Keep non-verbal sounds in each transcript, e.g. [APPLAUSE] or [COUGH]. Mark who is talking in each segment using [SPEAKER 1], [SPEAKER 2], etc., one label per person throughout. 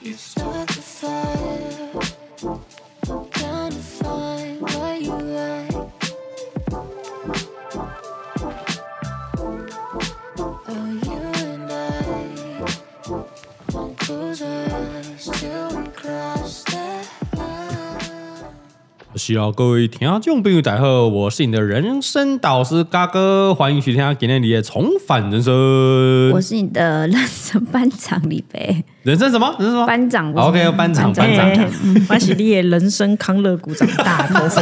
[SPEAKER 1] You start the fire. Trying to find what you like. Oh, you and I won't close our eyes till we cross that line.
[SPEAKER 2] 是哦，各位听众朋友，大家好，我是你的人生导师嘎哥，欢迎收听今天你的重返人
[SPEAKER 3] 我
[SPEAKER 2] 生。
[SPEAKER 3] 是你的 [LAUGHS] 人生班长李贝，
[SPEAKER 2] 人生什么？人生什么？
[SPEAKER 3] 班长不是
[SPEAKER 2] OK，班长，班长。
[SPEAKER 4] 哎，马喜利的人生康乐股长大
[SPEAKER 2] [LAUGHS]
[SPEAKER 4] 口佛，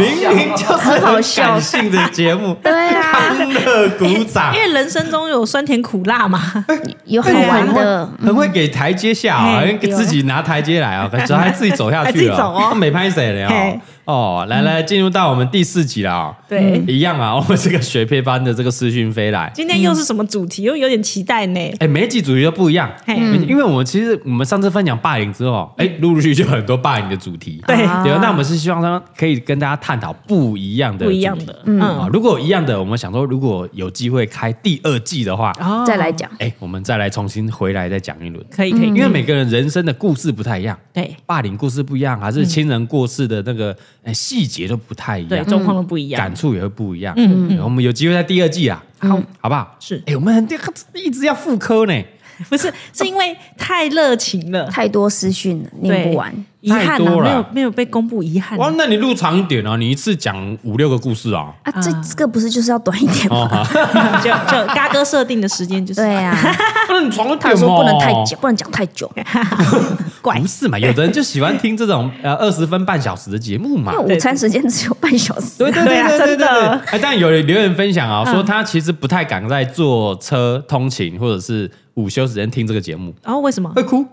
[SPEAKER 2] 明明就是很
[SPEAKER 3] 好笑
[SPEAKER 2] 感性的节
[SPEAKER 4] [LAUGHS]
[SPEAKER 2] 目，
[SPEAKER 3] 对啊，
[SPEAKER 2] 康乐鼓掌
[SPEAKER 4] 因，为人生中有酸甜苦辣嘛，
[SPEAKER 3] [LAUGHS]
[SPEAKER 2] 嗯
[SPEAKER 3] 有好
[SPEAKER 4] 啊
[SPEAKER 3] 玩的，
[SPEAKER 2] 很会给台阶下啊，
[SPEAKER 4] 嗯嘿
[SPEAKER 2] 因为给自己拿台阶
[SPEAKER 4] [LAUGHS]
[SPEAKER 2] 来啊，只要还自己走下
[SPEAKER 4] 还自
[SPEAKER 2] 去
[SPEAKER 4] 己
[SPEAKER 2] 了，
[SPEAKER 4] 走哦
[SPEAKER 2] 他没拍谁了哦
[SPEAKER 4] 嘿。嗯
[SPEAKER 2] 哦，来来，进入到我们第四集了哦，
[SPEAKER 4] 对。
[SPEAKER 2] 一样啊，我们这个学配班的这个私讯飞来，
[SPEAKER 4] 今天又是什么主题？又有点期待呢。
[SPEAKER 2] 哎，每一集主题都不一样，
[SPEAKER 4] 嘿，
[SPEAKER 2] 因为我们其实我们上次分享霸凌之后，哎，陆陆续续就很多霸凌的主题，
[SPEAKER 4] 对
[SPEAKER 3] 啊
[SPEAKER 2] 对，那我们是希望说可以跟大家探讨不一样的
[SPEAKER 4] 不一样
[SPEAKER 2] 主题
[SPEAKER 4] 的，嗯，
[SPEAKER 2] 啊。如果有一样的，我们想说，如果有机会开第二季的话，
[SPEAKER 4] 哦
[SPEAKER 3] 再来，讲，
[SPEAKER 2] 哎，我们再来重新回来再讲一轮，
[SPEAKER 4] 可以可以，
[SPEAKER 2] 因为每个人人生的故事不太一样，
[SPEAKER 4] 对
[SPEAKER 2] 霸凌故事不一样，还是亲人过世的那个哎细节都不太一
[SPEAKER 4] 嗯对，
[SPEAKER 2] 样，
[SPEAKER 4] 状况都不一样
[SPEAKER 2] 感，触也会不一样。
[SPEAKER 4] 嗯
[SPEAKER 2] 嗯，我们有机会在第二季啦，好，好不好？
[SPEAKER 4] 是
[SPEAKER 2] 哎，我们很一直要复科呢，
[SPEAKER 4] 不是是因为太热情了，
[SPEAKER 3] 太多私讯了，念不完，
[SPEAKER 4] 遗憾
[SPEAKER 2] 太
[SPEAKER 4] 啊，
[SPEAKER 2] 多了
[SPEAKER 4] 没有没有被公布遗憾啊，
[SPEAKER 2] 哇，那你录长一点啊，你一次讲五六个故事
[SPEAKER 4] [LAUGHS]
[SPEAKER 2] 啊。
[SPEAKER 3] 啊，这这个不是就是要短一点
[SPEAKER 2] 哦，
[SPEAKER 3] 吗？
[SPEAKER 2] 好，
[SPEAKER 4] 就就嘎哥设定的时间就是
[SPEAKER 3] [LAUGHS]
[SPEAKER 2] [LAUGHS]
[SPEAKER 3] 对呀，
[SPEAKER 2] 那你长一
[SPEAKER 3] 他
[SPEAKER 2] 点
[SPEAKER 3] 有说
[SPEAKER 2] 嘛
[SPEAKER 3] 不能太久，不能讲太
[SPEAKER 2] [LAUGHS]
[SPEAKER 3] 久，
[SPEAKER 4] 怪
[SPEAKER 2] 不是嘛？有的人就喜欢听这
[SPEAKER 4] [LAUGHS]
[SPEAKER 2] 种呃二十分半小时的节目嘛
[SPEAKER 3] 因为。
[SPEAKER 4] 对
[SPEAKER 3] 午餐时间只有半小时，
[SPEAKER 2] 对对
[SPEAKER 4] 对啊
[SPEAKER 2] 对对对
[SPEAKER 4] 真的嗯
[SPEAKER 2] 哎，但有留言分享啊，说他其实不太敢在坐车通勤或者是午休时间听这个节目，
[SPEAKER 4] 然哦后为什么
[SPEAKER 2] 会哭，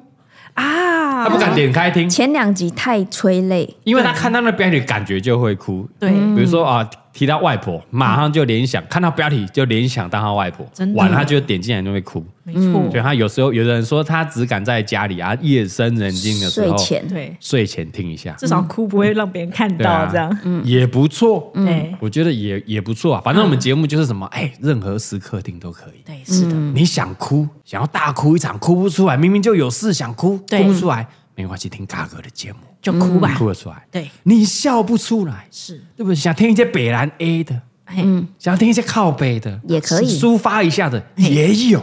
[SPEAKER 4] 啊
[SPEAKER 2] 他不？敢点开听，
[SPEAKER 3] 前两集太催泪，
[SPEAKER 2] 因为他看到那标题感觉就会哭。
[SPEAKER 4] 对，
[SPEAKER 2] 比如说啊，提到外婆，马上就联想，看到标题就联想到他外婆
[SPEAKER 4] 真，的
[SPEAKER 2] 完了他就点进来就会哭。
[SPEAKER 4] 没错，
[SPEAKER 2] 所以他有时候有的人说，他只敢在家里啊，夜深人静的时
[SPEAKER 3] 睡
[SPEAKER 2] 候，
[SPEAKER 3] 前
[SPEAKER 4] 对，
[SPEAKER 2] 睡前听一下，
[SPEAKER 4] 至少哭不会让别人看
[SPEAKER 2] 对啊
[SPEAKER 4] 到这样，
[SPEAKER 3] 嗯
[SPEAKER 4] 嗯
[SPEAKER 2] 也不错。
[SPEAKER 4] 对
[SPEAKER 2] 我觉得也也不错啊。反正我们节目就是什么，哎，任何时刻听都可以。
[SPEAKER 4] 嗯对是
[SPEAKER 3] 嗯
[SPEAKER 4] 的，
[SPEAKER 2] 你想哭，想要大哭一场，哭不出来，明明就有事想哭，
[SPEAKER 4] 对
[SPEAKER 2] 哭不出来，没关系，听嘎哥的节目，
[SPEAKER 4] 就哭吧，
[SPEAKER 2] 哭得出来。
[SPEAKER 4] 对，
[SPEAKER 2] 你笑不出来，
[SPEAKER 4] 是，
[SPEAKER 2] 对不对？想听一些北兰 A 的，
[SPEAKER 4] 嗯，
[SPEAKER 2] 想要听一些靠北的，
[SPEAKER 3] 也可以
[SPEAKER 2] 抒发一下的，也有。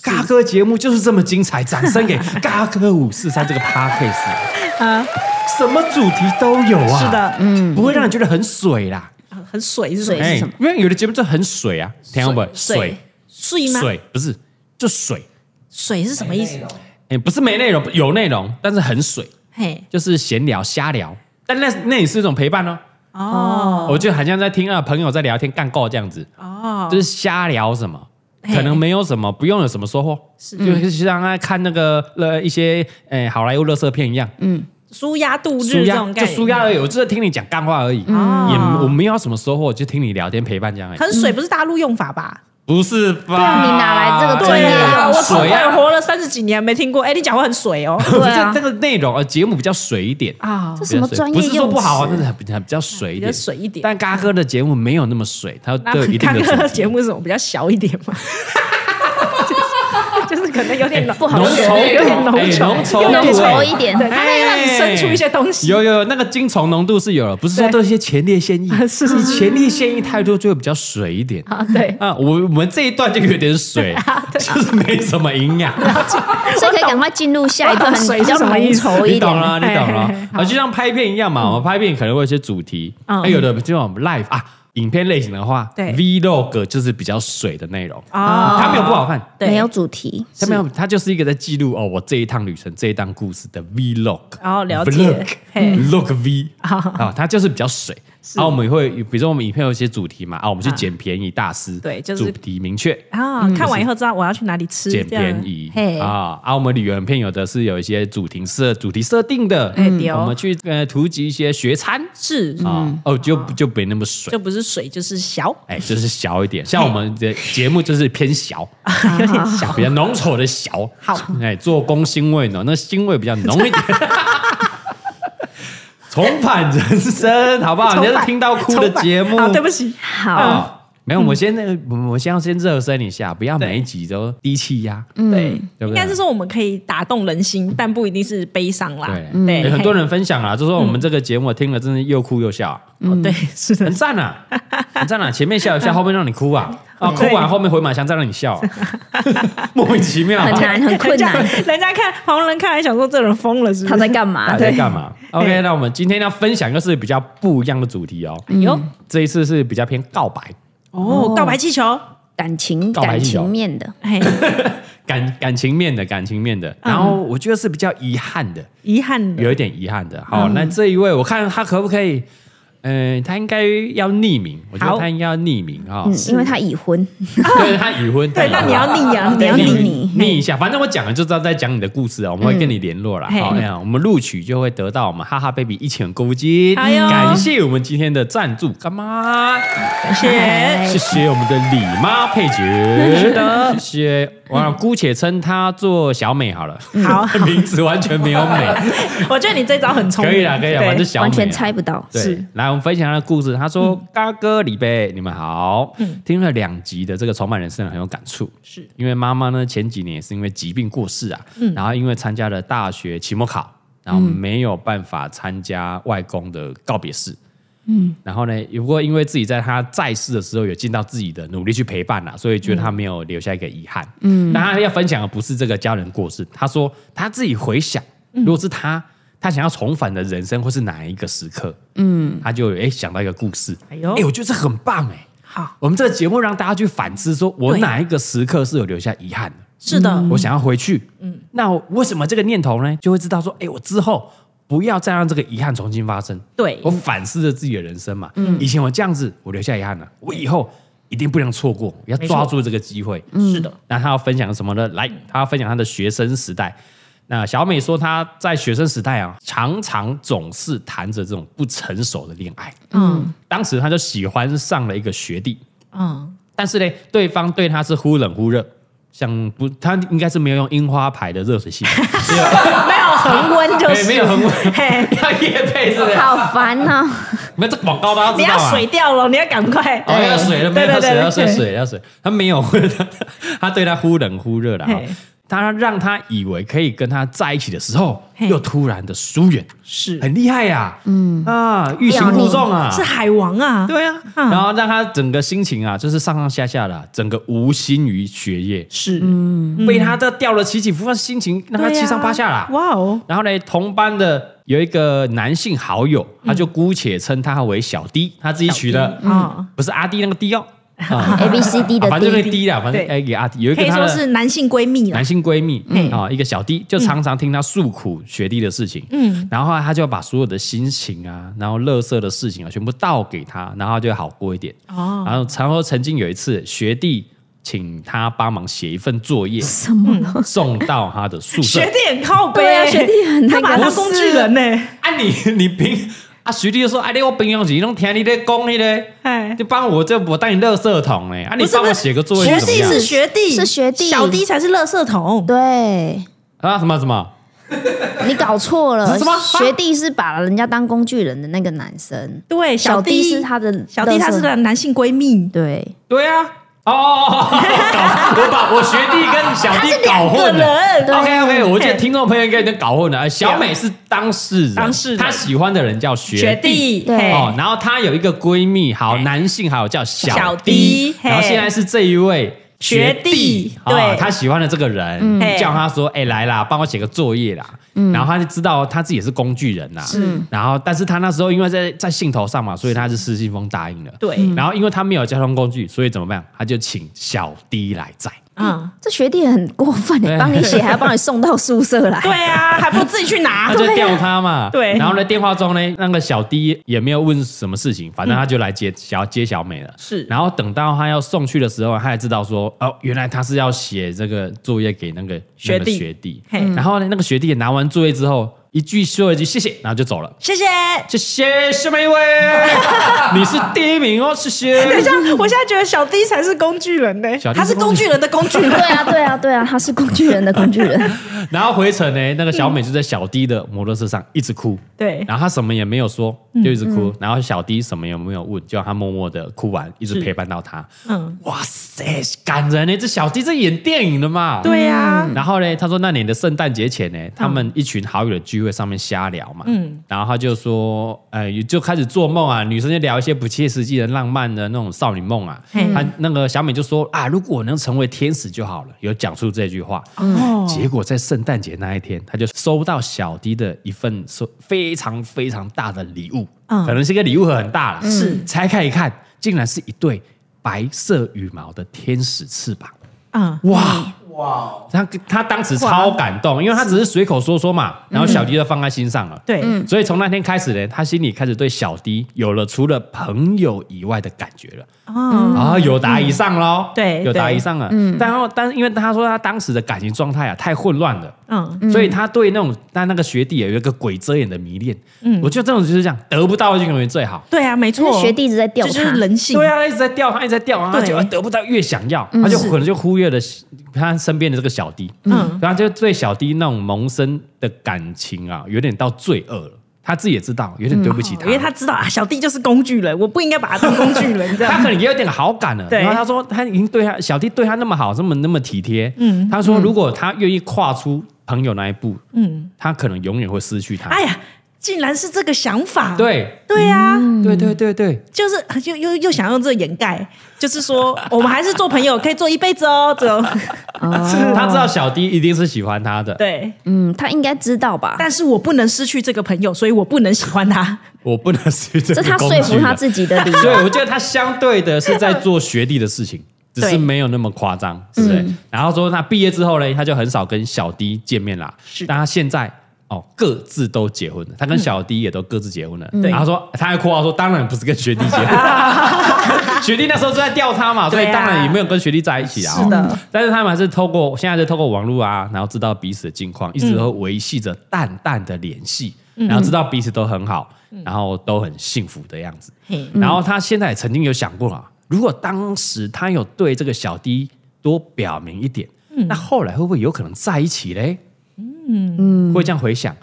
[SPEAKER 2] 嘎哥节目就是这么精彩，掌声给嘎哥五四三这个 podcast
[SPEAKER 4] 啊，
[SPEAKER 2] 什么主题都有啊。
[SPEAKER 4] 是的，
[SPEAKER 2] 嗯，不会让你觉得很水啦。
[SPEAKER 4] 很水是
[SPEAKER 3] 水
[SPEAKER 4] 水
[SPEAKER 3] 是
[SPEAKER 2] 哎
[SPEAKER 3] 什么，
[SPEAKER 2] 因为有的节目就很水啊，听到不？水
[SPEAKER 4] 水吗？
[SPEAKER 2] 水不是就水，
[SPEAKER 4] 水是什么意思？
[SPEAKER 2] 哎，不是没内容，有内容，但是很水，
[SPEAKER 4] 嘿，
[SPEAKER 2] 就是闲聊瞎聊。但那那也是一种陪伴哦。
[SPEAKER 4] 哦
[SPEAKER 2] 我就好像在听啊朋友在聊天干够这样子，
[SPEAKER 4] 哦，
[SPEAKER 2] 就是瞎聊什么。
[SPEAKER 4] 嘿
[SPEAKER 2] 可能没有什么，不用有什么收获，就是像在看那个呃一些诶好莱坞乐色片一样，
[SPEAKER 4] 舒压度
[SPEAKER 2] 舒
[SPEAKER 4] 嗯日这
[SPEAKER 2] 压
[SPEAKER 4] 种概
[SPEAKER 2] 就
[SPEAKER 4] 念，
[SPEAKER 2] 舒压而已，我就是听你讲干话而已，嗯
[SPEAKER 4] 哦
[SPEAKER 2] 也我没有什么收获，就听你聊天陪伴这
[SPEAKER 4] [LAUGHS]
[SPEAKER 2] 样而已。
[SPEAKER 4] 可是水不是大陆用法吧？
[SPEAKER 2] 不是吧？
[SPEAKER 3] 啊你哪来这个专
[SPEAKER 2] 嗯对
[SPEAKER 3] 业
[SPEAKER 2] 呀、
[SPEAKER 4] 啊，我出
[SPEAKER 2] 水
[SPEAKER 4] 来
[SPEAKER 2] 啊，
[SPEAKER 4] 活了三十几年没听过，哎，你讲话很水
[SPEAKER 2] [LAUGHS]
[SPEAKER 4] 哦，
[SPEAKER 2] 不
[SPEAKER 3] 对
[SPEAKER 2] 是
[SPEAKER 3] 啊
[SPEAKER 2] 这个内容，呃，节目比较水一点，
[SPEAKER 4] 啊
[SPEAKER 3] 这，什么专
[SPEAKER 2] 不
[SPEAKER 3] 业
[SPEAKER 2] 哦是说
[SPEAKER 3] 用
[SPEAKER 2] 不好啊，但
[SPEAKER 3] 词？
[SPEAKER 2] 是比较比较水一
[SPEAKER 4] 比
[SPEAKER 2] 点
[SPEAKER 4] 较。水一点。
[SPEAKER 2] 但嘎哥的节目没有那么水，它
[SPEAKER 4] 那
[SPEAKER 2] 都有一定
[SPEAKER 4] 看
[SPEAKER 2] 的
[SPEAKER 4] 看
[SPEAKER 2] 层
[SPEAKER 4] 的
[SPEAKER 2] 级
[SPEAKER 4] 节目是什么比较小一点
[SPEAKER 3] [LAUGHS]
[SPEAKER 4] 嘛，就是就是可能有点不
[SPEAKER 2] 哎浓稠
[SPEAKER 4] 有点浓
[SPEAKER 2] 度，哎
[SPEAKER 4] 稠，
[SPEAKER 2] 浓稠
[SPEAKER 3] 有
[SPEAKER 2] 度，
[SPEAKER 3] 点浓稠
[SPEAKER 2] 哎
[SPEAKER 3] 一点
[SPEAKER 4] 对，它可以让你生出一些东西。
[SPEAKER 2] 有有有，那个精虫浓度是有了，不是说
[SPEAKER 4] 对
[SPEAKER 2] 都是一些前列腺液，
[SPEAKER 4] 是是是
[SPEAKER 2] 前列腺液太多就会比较水一点。
[SPEAKER 4] 啊，对，
[SPEAKER 2] 啊，我我们这一段就有点水，就是没什么营养。
[SPEAKER 3] 所以可以赶快进入下一段，
[SPEAKER 4] 我懂
[SPEAKER 3] 比较浓稠一
[SPEAKER 2] 你懂
[SPEAKER 3] 点。
[SPEAKER 2] 了，你懂了
[SPEAKER 4] 嘿嘿嘿。
[SPEAKER 2] 啊，就像拍片一样嘛，我们拍片可能会有一些主题，
[SPEAKER 4] 嗯
[SPEAKER 2] 还有的这种 live 啊，影片类型的话，
[SPEAKER 4] 对
[SPEAKER 2] vlog 就是比较水的内容，
[SPEAKER 4] 啊
[SPEAKER 2] 它没有不好看，
[SPEAKER 4] 对
[SPEAKER 3] 没有主题，
[SPEAKER 2] 它没有，它就是一个在记录哦，我这一趟旅程、这一趟故事的 vlog，
[SPEAKER 4] 哦了解
[SPEAKER 2] vlog
[SPEAKER 4] 嘿
[SPEAKER 2] vlog v 啊，它就是比较水。然后我们会，比如说我们影片有一些主题嘛，啊，我们去捡便宜大师，
[SPEAKER 4] 对就是
[SPEAKER 2] 主题明确。
[SPEAKER 4] 啊，看完以后知道我要去哪里吃，
[SPEAKER 2] 捡
[SPEAKER 4] 这样
[SPEAKER 2] 嗯便宜
[SPEAKER 3] 嘿
[SPEAKER 2] 啊！啊，我们旅游影片有的是有一些主题设主题设定的，
[SPEAKER 4] 哎对哦嗯
[SPEAKER 2] 我们去呃图集一些学餐
[SPEAKER 4] 是
[SPEAKER 2] 啊，哦就就没那么水
[SPEAKER 4] 就，不是水就是小，
[SPEAKER 2] 哎，就是小一点。像我们的节目就是偏
[SPEAKER 4] [LAUGHS]
[SPEAKER 2] 小，
[SPEAKER 4] 有点小。
[SPEAKER 2] 比较浓稠的小，
[SPEAKER 4] 好，
[SPEAKER 2] 哎，做工腥味呢，那腥味比较浓一点。重返人生，好不好？
[SPEAKER 4] 重
[SPEAKER 2] 你啊
[SPEAKER 4] 返 [LAUGHS]
[SPEAKER 2] 要是听到哭的节目
[SPEAKER 4] 啊重返，好对不起，
[SPEAKER 3] 好，
[SPEAKER 2] 啊，没有，我们先那个，我们先要先热身一下，不要每一集都低气压。嗯，
[SPEAKER 4] 对，
[SPEAKER 2] 对不对
[SPEAKER 4] 应该是说我们可以打动人心，但不一定是悲伤啦。
[SPEAKER 2] 对
[SPEAKER 3] 嗯
[SPEAKER 4] 对，嗯
[SPEAKER 2] 很多人分享啊，就说我们这个节目听了真是又哭又笑啊，
[SPEAKER 4] 嘿、哦对是
[SPEAKER 2] [LAUGHS]
[SPEAKER 4] 的
[SPEAKER 2] 很，赞啊，很赞啊！前面
[SPEAKER 4] [LAUGHS]
[SPEAKER 2] 笑一笑，后面让你哭啊，啊，哭
[SPEAKER 4] 对
[SPEAKER 2] 完后面回马枪再让你笑
[SPEAKER 4] [LAUGHS]
[SPEAKER 2] 啊，莫名其妙啊
[SPEAKER 3] 很。难很困
[SPEAKER 2] [LAUGHS]
[SPEAKER 3] 难，
[SPEAKER 4] 人 [LAUGHS] 家人家看旁人看来想说这人疯了是不
[SPEAKER 3] 他
[SPEAKER 4] 是？
[SPEAKER 3] 在干嘛？
[SPEAKER 2] 大家在
[SPEAKER 3] 对，
[SPEAKER 2] 干嘛？OK，那我们今天要分享一个是比较不一样的主题哦。
[SPEAKER 4] 哟
[SPEAKER 2] 这一次是比较偏告白，
[SPEAKER 4] 哦，告白气球，
[SPEAKER 3] 感情
[SPEAKER 2] 告白
[SPEAKER 3] 感
[SPEAKER 2] 气球
[SPEAKER 3] 情面的，
[SPEAKER 4] 嘿，
[SPEAKER 2] 感感情面的，感情面的。
[SPEAKER 4] 嗯
[SPEAKER 2] 然后我觉得是比较遗憾的，
[SPEAKER 4] 遗憾的
[SPEAKER 2] 有一点遗憾的。
[SPEAKER 4] 嗯
[SPEAKER 2] 好，那这一位，我看他可不可以？嗯，他应该要匿名，我觉得
[SPEAKER 4] 好
[SPEAKER 2] 他应该要匿名哈
[SPEAKER 3] 嗯。，因为他已婚，
[SPEAKER 2] [LAUGHS] 对，他已婚，
[SPEAKER 4] 对，
[SPEAKER 2] 他
[SPEAKER 4] 那
[SPEAKER 3] [LAUGHS]
[SPEAKER 2] 已婚
[SPEAKER 4] 你要逆呀，你
[SPEAKER 3] 对
[SPEAKER 4] 要
[SPEAKER 3] 逆
[SPEAKER 4] 逆，
[SPEAKER 3] 啊你
[SPEAKER 2] 逆一下，反正我讲了就知道在讲你的故事啊，我们会跟你联络啦。
[SPEAKER 4] 嘿
[SPEAKER 2] 好，那样我们录取就会得到我们哈哈 baby 一千购物金，
[SPEAKER 4] 哎呦
[SPEAKER 2] 感谢我们今天的赞助干妈，
[SPEAKER 3] [LAUGHS]
[SPEAKER 4] 感谢。
[SPEAKER 3] 哎
[SPEAKER 2] 谢谢我们的李妈配角，是的，谢谢。我想姑且称她做小美好了， [LAUGHS]
[SPEAKER 4] 好，
[SPEAKER 2] 名字完全没有美，
[SPEAKER 4] 我觉得你这招很聪明，
[SPEAKER 2] 可以啦，可以啦，
[SPEAKER 4] 对
[SPEAKER 2] 反正小美啊
[SPEAKER 3] 完全猜不到。
[SPEAKER 2] 对
[SPEAKER 4] 是，
[SPEAKER 2] 来我们分享他的故事。他说：“嘎哥、李贝，你们好，听了两集的这个《重返人生》很有感触，
[SPEAKER 4] 是
[SPEAKER 2] 因为妈妈呢前几年也是因为疾病过世啊，然后因为参加了大学期末考，然后没有办法参加外公的告别式。”嗯，然后呢？不过因为自己在他在世的时候有尽到自己的努力去陪伴啦、所以觉得他没有留下一个遗憾。嗯，但他要分享的不是这个家人过世，他说他自己回想，如果是他，他想要重返的人生会是哪一个时刻？嗯，他就哎、诶想到一个故事，哎
[SPEAKER 4] 哎
[SPEAKER 2] 呦，
[SPEAKER 4] 呦
[SPEAKER 2] 哎、我觉得这很棒哎、
[SPEAKER 4] 好，
[SPEAKER 2] 我们这个节目让大家去反思，说我
[SPEAKER 4] 对
[SPEAKER 2] 哪一个时刻是有留下遗憾的？
[SPEAKER 4] 是的，
[SPEAKER 2] 我想要回去，嗯，那我为什么这个念头呢？就会知道说，哎、我之后不要再让这个遗憾重新发生。
[SPEAKER 4] 对
[SPEAKER 2] 我反思了自己的人生嘛，嗯，以前我这样子，我留下遗憾了，我以后一定不能错过，要抓住这个机会。
[SPEAKER 4] 嗯是的，
[SPEAKER 2] 那他要分享什么呢？来，他要分享他的学生时代。那小美说，她在学生时代啊，常常总是谈着这种不成熟的恋爱。
[SPEAKER 4] 嗯
[SPEAKER 2] 当时她就喜欢上了一个学弟，
[SPEAKER 4] 嗯，
[SPEAKER 2] 但是呢，对方对她是忽冷忽热，像不，她应该是没有用樱花牌的热水器，
[SPEAKER 4] 没有恒温 [LAUGHS] 就
[SPEAKER 2] 没
[SPEAKER 4] 是
[SPEAKER 2] 哎没有很 [LAUGHS] 稳，
[SPEAKER 4] 嘿，
[SPEAKER 2] 要夜配是不是？
[SPEAKER 3] 好烦啊！
[SPEAKER 2] 没有这广告大家
[SPEAKER 4] 你
[SPEAKER 2] 知道
[SPEAKER 4] 要
[SPEAKER 2] 啊。
[SPEAKER 4] 水掉了，你要赶快，
[SPEAKER 2] 哦，要水了，没有
[SPEAKER 4] 对
[SPEAKER 2] 要
[SPEAKER 4] 对
[SPEAKER 2] 水，
[SPEAKER 4] 对
[SPEAKER 2] 要水，
[SPEAKER 4] 对
[SPEAKER 2] 水要水，他没有， [LAUGHS] 他对他忽冷忽热的哈
[SPEAKER 4] 嘿。
[SPEAKER 2] 他让他以为可以跟他在一起的时候，
[SPEAKER 4] 嘿
[SPEAKER 2] 又突然的疏远，
[SPEAKER 4] 是
[SPEAKER 2] 很厉害呀、嗯啊，欲擒故纵啊，
[SPEAKER 4] 是海王啊，
[SPEAKER 2] 对呀、
[SPEAKER 4] 嗯
[SPEAKER 2] 然后让他整个心情啊，就是上上下下的啊、整个无心于学业，
[SPEAKER 4] 是
[SPEAKER 3] 嗯
[SPEAKER 4] 嗯
[SPEAKER 2] 被他这掉了起起伏伏，心情让他
[SPEAKER 4] 对
[SPEAKER 2] 七
[SPEAKER 4] 呀
[SPEAKER 2] 上八下啦。
[SPEAKER 4] 哇哦，
[SPEAKER 2] 然后呢，同班的有一个男性好友，
[SPEAKER 4] 嗯
[SPEAKER 2] 他就姑且称他为小 D，他自己取的，嗯
[SPEAKER 4] 啊，
[SPEAKER 2] 不是阿 D 那个 D
[SPEAKER 4] [LAUGHS]
[SPEAKER 2] 哦。啊
[SPEAKER 3] A B C D
[SPEAKER 2] 啊
[SPEAKER 3] 的
[SPEAKER 2] 反正就是
[SPEAKER 3] D，
[SPEAKER 2] D 啦，反正
[SPEAKER 4] 对
[SPEAKER 2] 哎给阿 D 有一
[SPEAKER 4] 可
[SPEAKER 2] 个
[SPEAKER 4] 以
[SPEAKER 2] 她
[SPEAKER 4] 说
[SPEAKER 2] 的
[SPEAKER 4] 是男性闺蜜啦
[SPEAKER 2] 男，性闺蜜
[SPEAKER 4] 嗯
[SPEAKER 2] 啊，一个小 D 就常常听她诉苦学弟的事情，嗯，然后她就把所有的心情啊，然后乐色的事情啊，全部倒给他，然后她就会好过一点。
[SPEAKER 4] 哦，
[SPEAKER 2] 然后，然后曾经有一次，学弟请他帮忙写一份作
[SPEAKER 4] [LAUGHS]
[SPEAKER 2] 业，
[SPEAKER 3] 什么
[SPEAKER 2] 嗯
[SPEAKER 3] 了？
[SPEAKER 2] 送到他的宿舍
[SPEAKER 4] 学。弟很靠背，
[SPEAKER 3] 对啊学弟很
[SPEAKER 4] 他
[SPEAKER 3] 那个
[SPEAKER 4] 把他当工具人呢，
[SPEAKER 2] 啊你，你平啊，学弟就说：“哎、你我平常时拢听你在讲那
[SPEAKER 4] [LAUGHS]
[SPEAKER 2] 个，
[SPEAKER 4] 哎
[SPEAKER 2] 你帮我这我当你垃圾桶哎、啊，你
[SPEAKER 4] 不是
[SPEAKER 2] 帮我
[SPEAKER 4] 不是
[SPEAKER 2] 写个作业
[SPEAKER 4] 学
[SPEAKER 2] 怎么
[SPEAKER 4] 弟
[SPEAKER 2] 样
[SPEAKER 4] 是学弟
[SPEAKER 3] 是学弟
[SPEAKER 4] 小弟才是垃圾桶，
[SPEAKER 3] 对
[SPEAKER 2] 啊？什么什么？
[SPEAKER 3] 你搞错了
[SPEAKER 2] 什么，
[SPEAKER 3] 学弟是把人家当工具人的那个男生，
[SPEAKER 4] 对，
[SPEAKER 3] 小
[SPEAKER 4] 弟
[SPEAKER 3] 弟是他的
[SPEAKER 4] 小弟他
[SPEAKER 3] 垃圾
[SPEAKER 4] 是他的男性闺蜜，
[SPEAKER 3] 对，
[SPEAKER 2] 对啊，哦哦，哦哦搞 [LAUGHS] 我把我学弟跟小弟搞混了。
[SPEAKER 4] 人
[SPEAKER 2] OK OK，我觉得听众朋友应该有点搞混了。 [LAUGHS] 哎小美是当事人，
[SPEAKER 4] 当事人
[SPEAKER 2] 她喜欢的人叫学
[SPEAKER 4] 学
[SPEAKER 2] 弟。
[SPEAKER 4] 弟，
[SPEAKER 3] 对
[SPEAKER 4] 嘿
[SPEAKER 2] 哦，然后她有一个闺蜜，好男性，还有叫小
[SPEAKER 4] 小
[SPEAKER 2] 弟
[SPEAKER 4] 弟，
[SPEAKER 2] 然后
[SPEAKER 4] 嘿
[SPEAKER 2] 现在是这一位
[SPEAKER 4] 学弟
[SPEAKER 2] 啊
[SPEAKER 4] 对嗯
[SPEAKER 2] 她喜欢的这个人，
[SPEAKER 4] 嘿
[SPEAKER 2] 叫他说，哎，来啦，帮我写个作业啦，
[SPEAKER 4] 嗯
[SPEAKER 2] 然后他就知道他自己也是工具人啦，然后但是他那时候因为在在兴头上嘛，所以他是失心疯答应了，
[SPEAKER 4] 对
[SPEAKER 3] 嗯
[SPEAKER 2] 然后因为他没有交通工具，所以怎么办？他就请小弟来载，
[SPEAKER 4] 嗯，
[SPEAKER 3] 这学弟很过分欸
[SPEAKER 2] 对，
[SPEAKER 3] 帮你写还要帮你送到宿舍来，
[SPEAKER 4] 对啊，还不如自己去拿
[SPEAKER 2] 他，就吊他嘛。
[SPEAKER 4] 对
[SPEAKER 2] 然后呢，电话中呢，那个小弟也没有问什么事情，反正他就来接小接小美了。
[SPEAKER 4] 是
[SPEAKER 2] 然后等到他要送去的时候，他才知道说，哦，原来他是要写这个作业给那个那
[SPEAKER 4] 学弟
[SPEAKER 2] 个学弟
[SPEAKER 4] 嘿。
[SPEAKER 2] 然后呢，那个学弟也拿完作业之后，一句说一句谢谢，然后就走了。
[SPEAKER 3] 谢谢。
[SPEAKER 2] 谢谢下面一位，你是第一名哦，谢谢。
[SPEAKER 4] 等一下，我现在觉得小 D 才是工具人呢、
[SPEAKER 2] 小弟
[SPEAKER 4] 他是工具人的工具
[SPEAKER 3] 对
[SPEAKER 4] 人。
[SPEAKER 3] 啊，对啊，对啊，他是工具人的工具人。
[SPEAKER 2] 然后回程呢，那个小美就在小 D 的摩托车上一直哭，
[SPEAKER 4] 对
[SPEAKER 2] 然后她什么也没有说，就一直哭。然后小 D 什么也没有问，就让她默默的哭完，一直陪伴到她。
[SPEAKER 4] 嗯，
[SPEAKER 2] 哇塞，感人呢！欸这小 D 在演电影的嘛？。嗯
[SPEAKER 4] 对呀、啊，嗯
[SPEAKER 2] 然后呢，他说那年的圣诞节前呢，他们一群好友的聚会上面瞎聊嘛，嗯，然后他就说，呃，就开始做梦啊，女生就聊一些不切实际的浪漫的那种少女梦啊，他那个小美就说啊，如果我能成为天使就好了，有讲出这句话，
[SPEAKER 4] 哦
[SPEAKER 2] 结果在圣诞节那一天，他就收到小迪的一份收非常非常大的礼物，
[SPEAKER 4] 嗯
[SPEAKER 2] 可能是一个礼物盒很大了，
[SPEAKER 4] 是
[SPEAKER 2] 拆开一看，竟然是一对白色羽毛的天使翅膀。
[SPEAKER 4] 啊，
[SPEAKER 2] 哇哇！他他当时超感动，因为他只是随口说说嘛，然后小迪就放在心上了。
[SPEAKER 4] 嗯对，
[SPEAKER 3] 嗯
[SPEAKER 4] 嗯
[SPEAKER 2] 所以从那天开始呢，他心里开始对小迪有了除了朋友以外的感觉了。
[SPEAKER 4] 哦，
[SPEAKER 2] 啊，有答以上喽，
[SPEAKER 4] 嗯对
[SPEAKER 2] 有答
[SPEAKER 4] 对
[SPEAKER 2] 以上了。嗯，但后但因为他说他当时的感情状态啊太混乱了。
[SPEAKER 4] 嗯，
[SPEAKER 2] 所以他对那种他那个学弟也有一个鬼遮眼的迷恋，嗯，我觉得这种就是这样，得不到就永远最好。
[SPEAKER 4] 对啊，没
[SPEAKER 3] 就是
[SPEAKER 4] 错，
[SPEAKER 3] 学弟一直在吊
[SPEAKER 4] 这
[SPEAKER 3] 他，
[SPEAKER 4] 就是人性。
[SPEAKER 2] 对啊，他一直在钓，他一直在钓，然后他
[SPEAKER 4] 对
[SPEAKER 2] 就得不到越想要，他就可能就忽略了他身边的这个小弟，
[SPEAKER 4] 嗯
[SPEAKER 2] 嗯，然后就对小弟那种萌生的感情啊，有点到罪恶了，他自己也知道，有点对不起他，
[SPEAKER 4] 因为他知道啊，小弟就是工具人，我不应该把他当工具人， [LAUGHS] 这
[SPEAKER 2] 他
[SPEAKER 4] 样
[SPEAKER 2] 可能也有点好感了。
[SPEAKER 4] 对
[SPEAKER 2] 然后他说，他已经对他小弟对他那么好，这么那么体贴。嗯，他说如果他愿意跨出朋友那一步，嗯，他可能永远会失去他。
[SPEAKER 4] 哎呀，竟然是这个想法，
[SPEAKER 2] 啊对，嗯
[SPEAKER 4] 对啊，
[SPEAKER 2] 对对对对，
[SPEAKER 4] 就是又又又想用这个掩盖，就是说我们还是做朋友，可以做一辈子哦，
[SPEAKER 2] [LAUGHS]
[SPEAKER 4] 这种
[SPEAKER 2] 他知道小弟一定是喜欢他的，
[SPEAKER 4] 对。
[SPEAKER 3] 嗯，他应该知道吧？
[SPEAKER 4] 但是我不能失去这个朋友，所以我不能喜欢他。
[SPEAKER 2] 我不能失去这
[SPEAKER 3] 这
[SPEAKER 2] 个
[SPEAKER 3] 是他
[SPEAKER 2] 工
[SPEAKER 3] 说
[SPEAKER 2] 具
[SPEAKER 3] 服他
[SPEAKER 2] 人
[SPEAKER 3] 自己的
[SPEAKER 4] [LAUGHS]
[SPEAKER 3] 理
[SPEAKER 2] 所以
[SPEAKER 3] 由。 [LAUGHS]
[SPEAKER 2] 我觉得他相对的是在做学弟的事情，只是没有那么夸张，是不是？
[SPEAKER 4] 嗯
[SPEAKER 2] 然后说他毕业之后呢，他就很少跟小 D 见面啦。
[SPEAKER 4] 是嗯
[SPEAKER 2] 但他现在哦，各自都结婚了，他跟小 D 也都各自结婚了。
[SPEAKER 4] 对
[SPEAKER 2] 然后说他还括号说，当然不是跟学弟结婚，
[SPEAKER 4] [LAUGHS]
[SPEAKER 2] 学弟那时候就在钓他嘛，所以
[SPEAKER 4] 对啊
[SPEAKER 2] 当然也没有跟学弟在一起啊。
[SPEAKER 4] 是的
[SPEAKER 2] 哦，但是他们还是透过现在是透过网络啊，然后知道彼此的近况，一直都维系着淡淡的联系，
[SPEAKER 4] 嗯
[SPEAKER 2] 然后知道彼此都很好，然后都很幸福的样子。
[SPEAKER 4] 嘿
[SPEAKER 2] 然后他现在也曾经有想过啊，如果当时他有对这个小 D 多表明一点，那后来会不会有可能在一起嘞？嗯，会这样回想。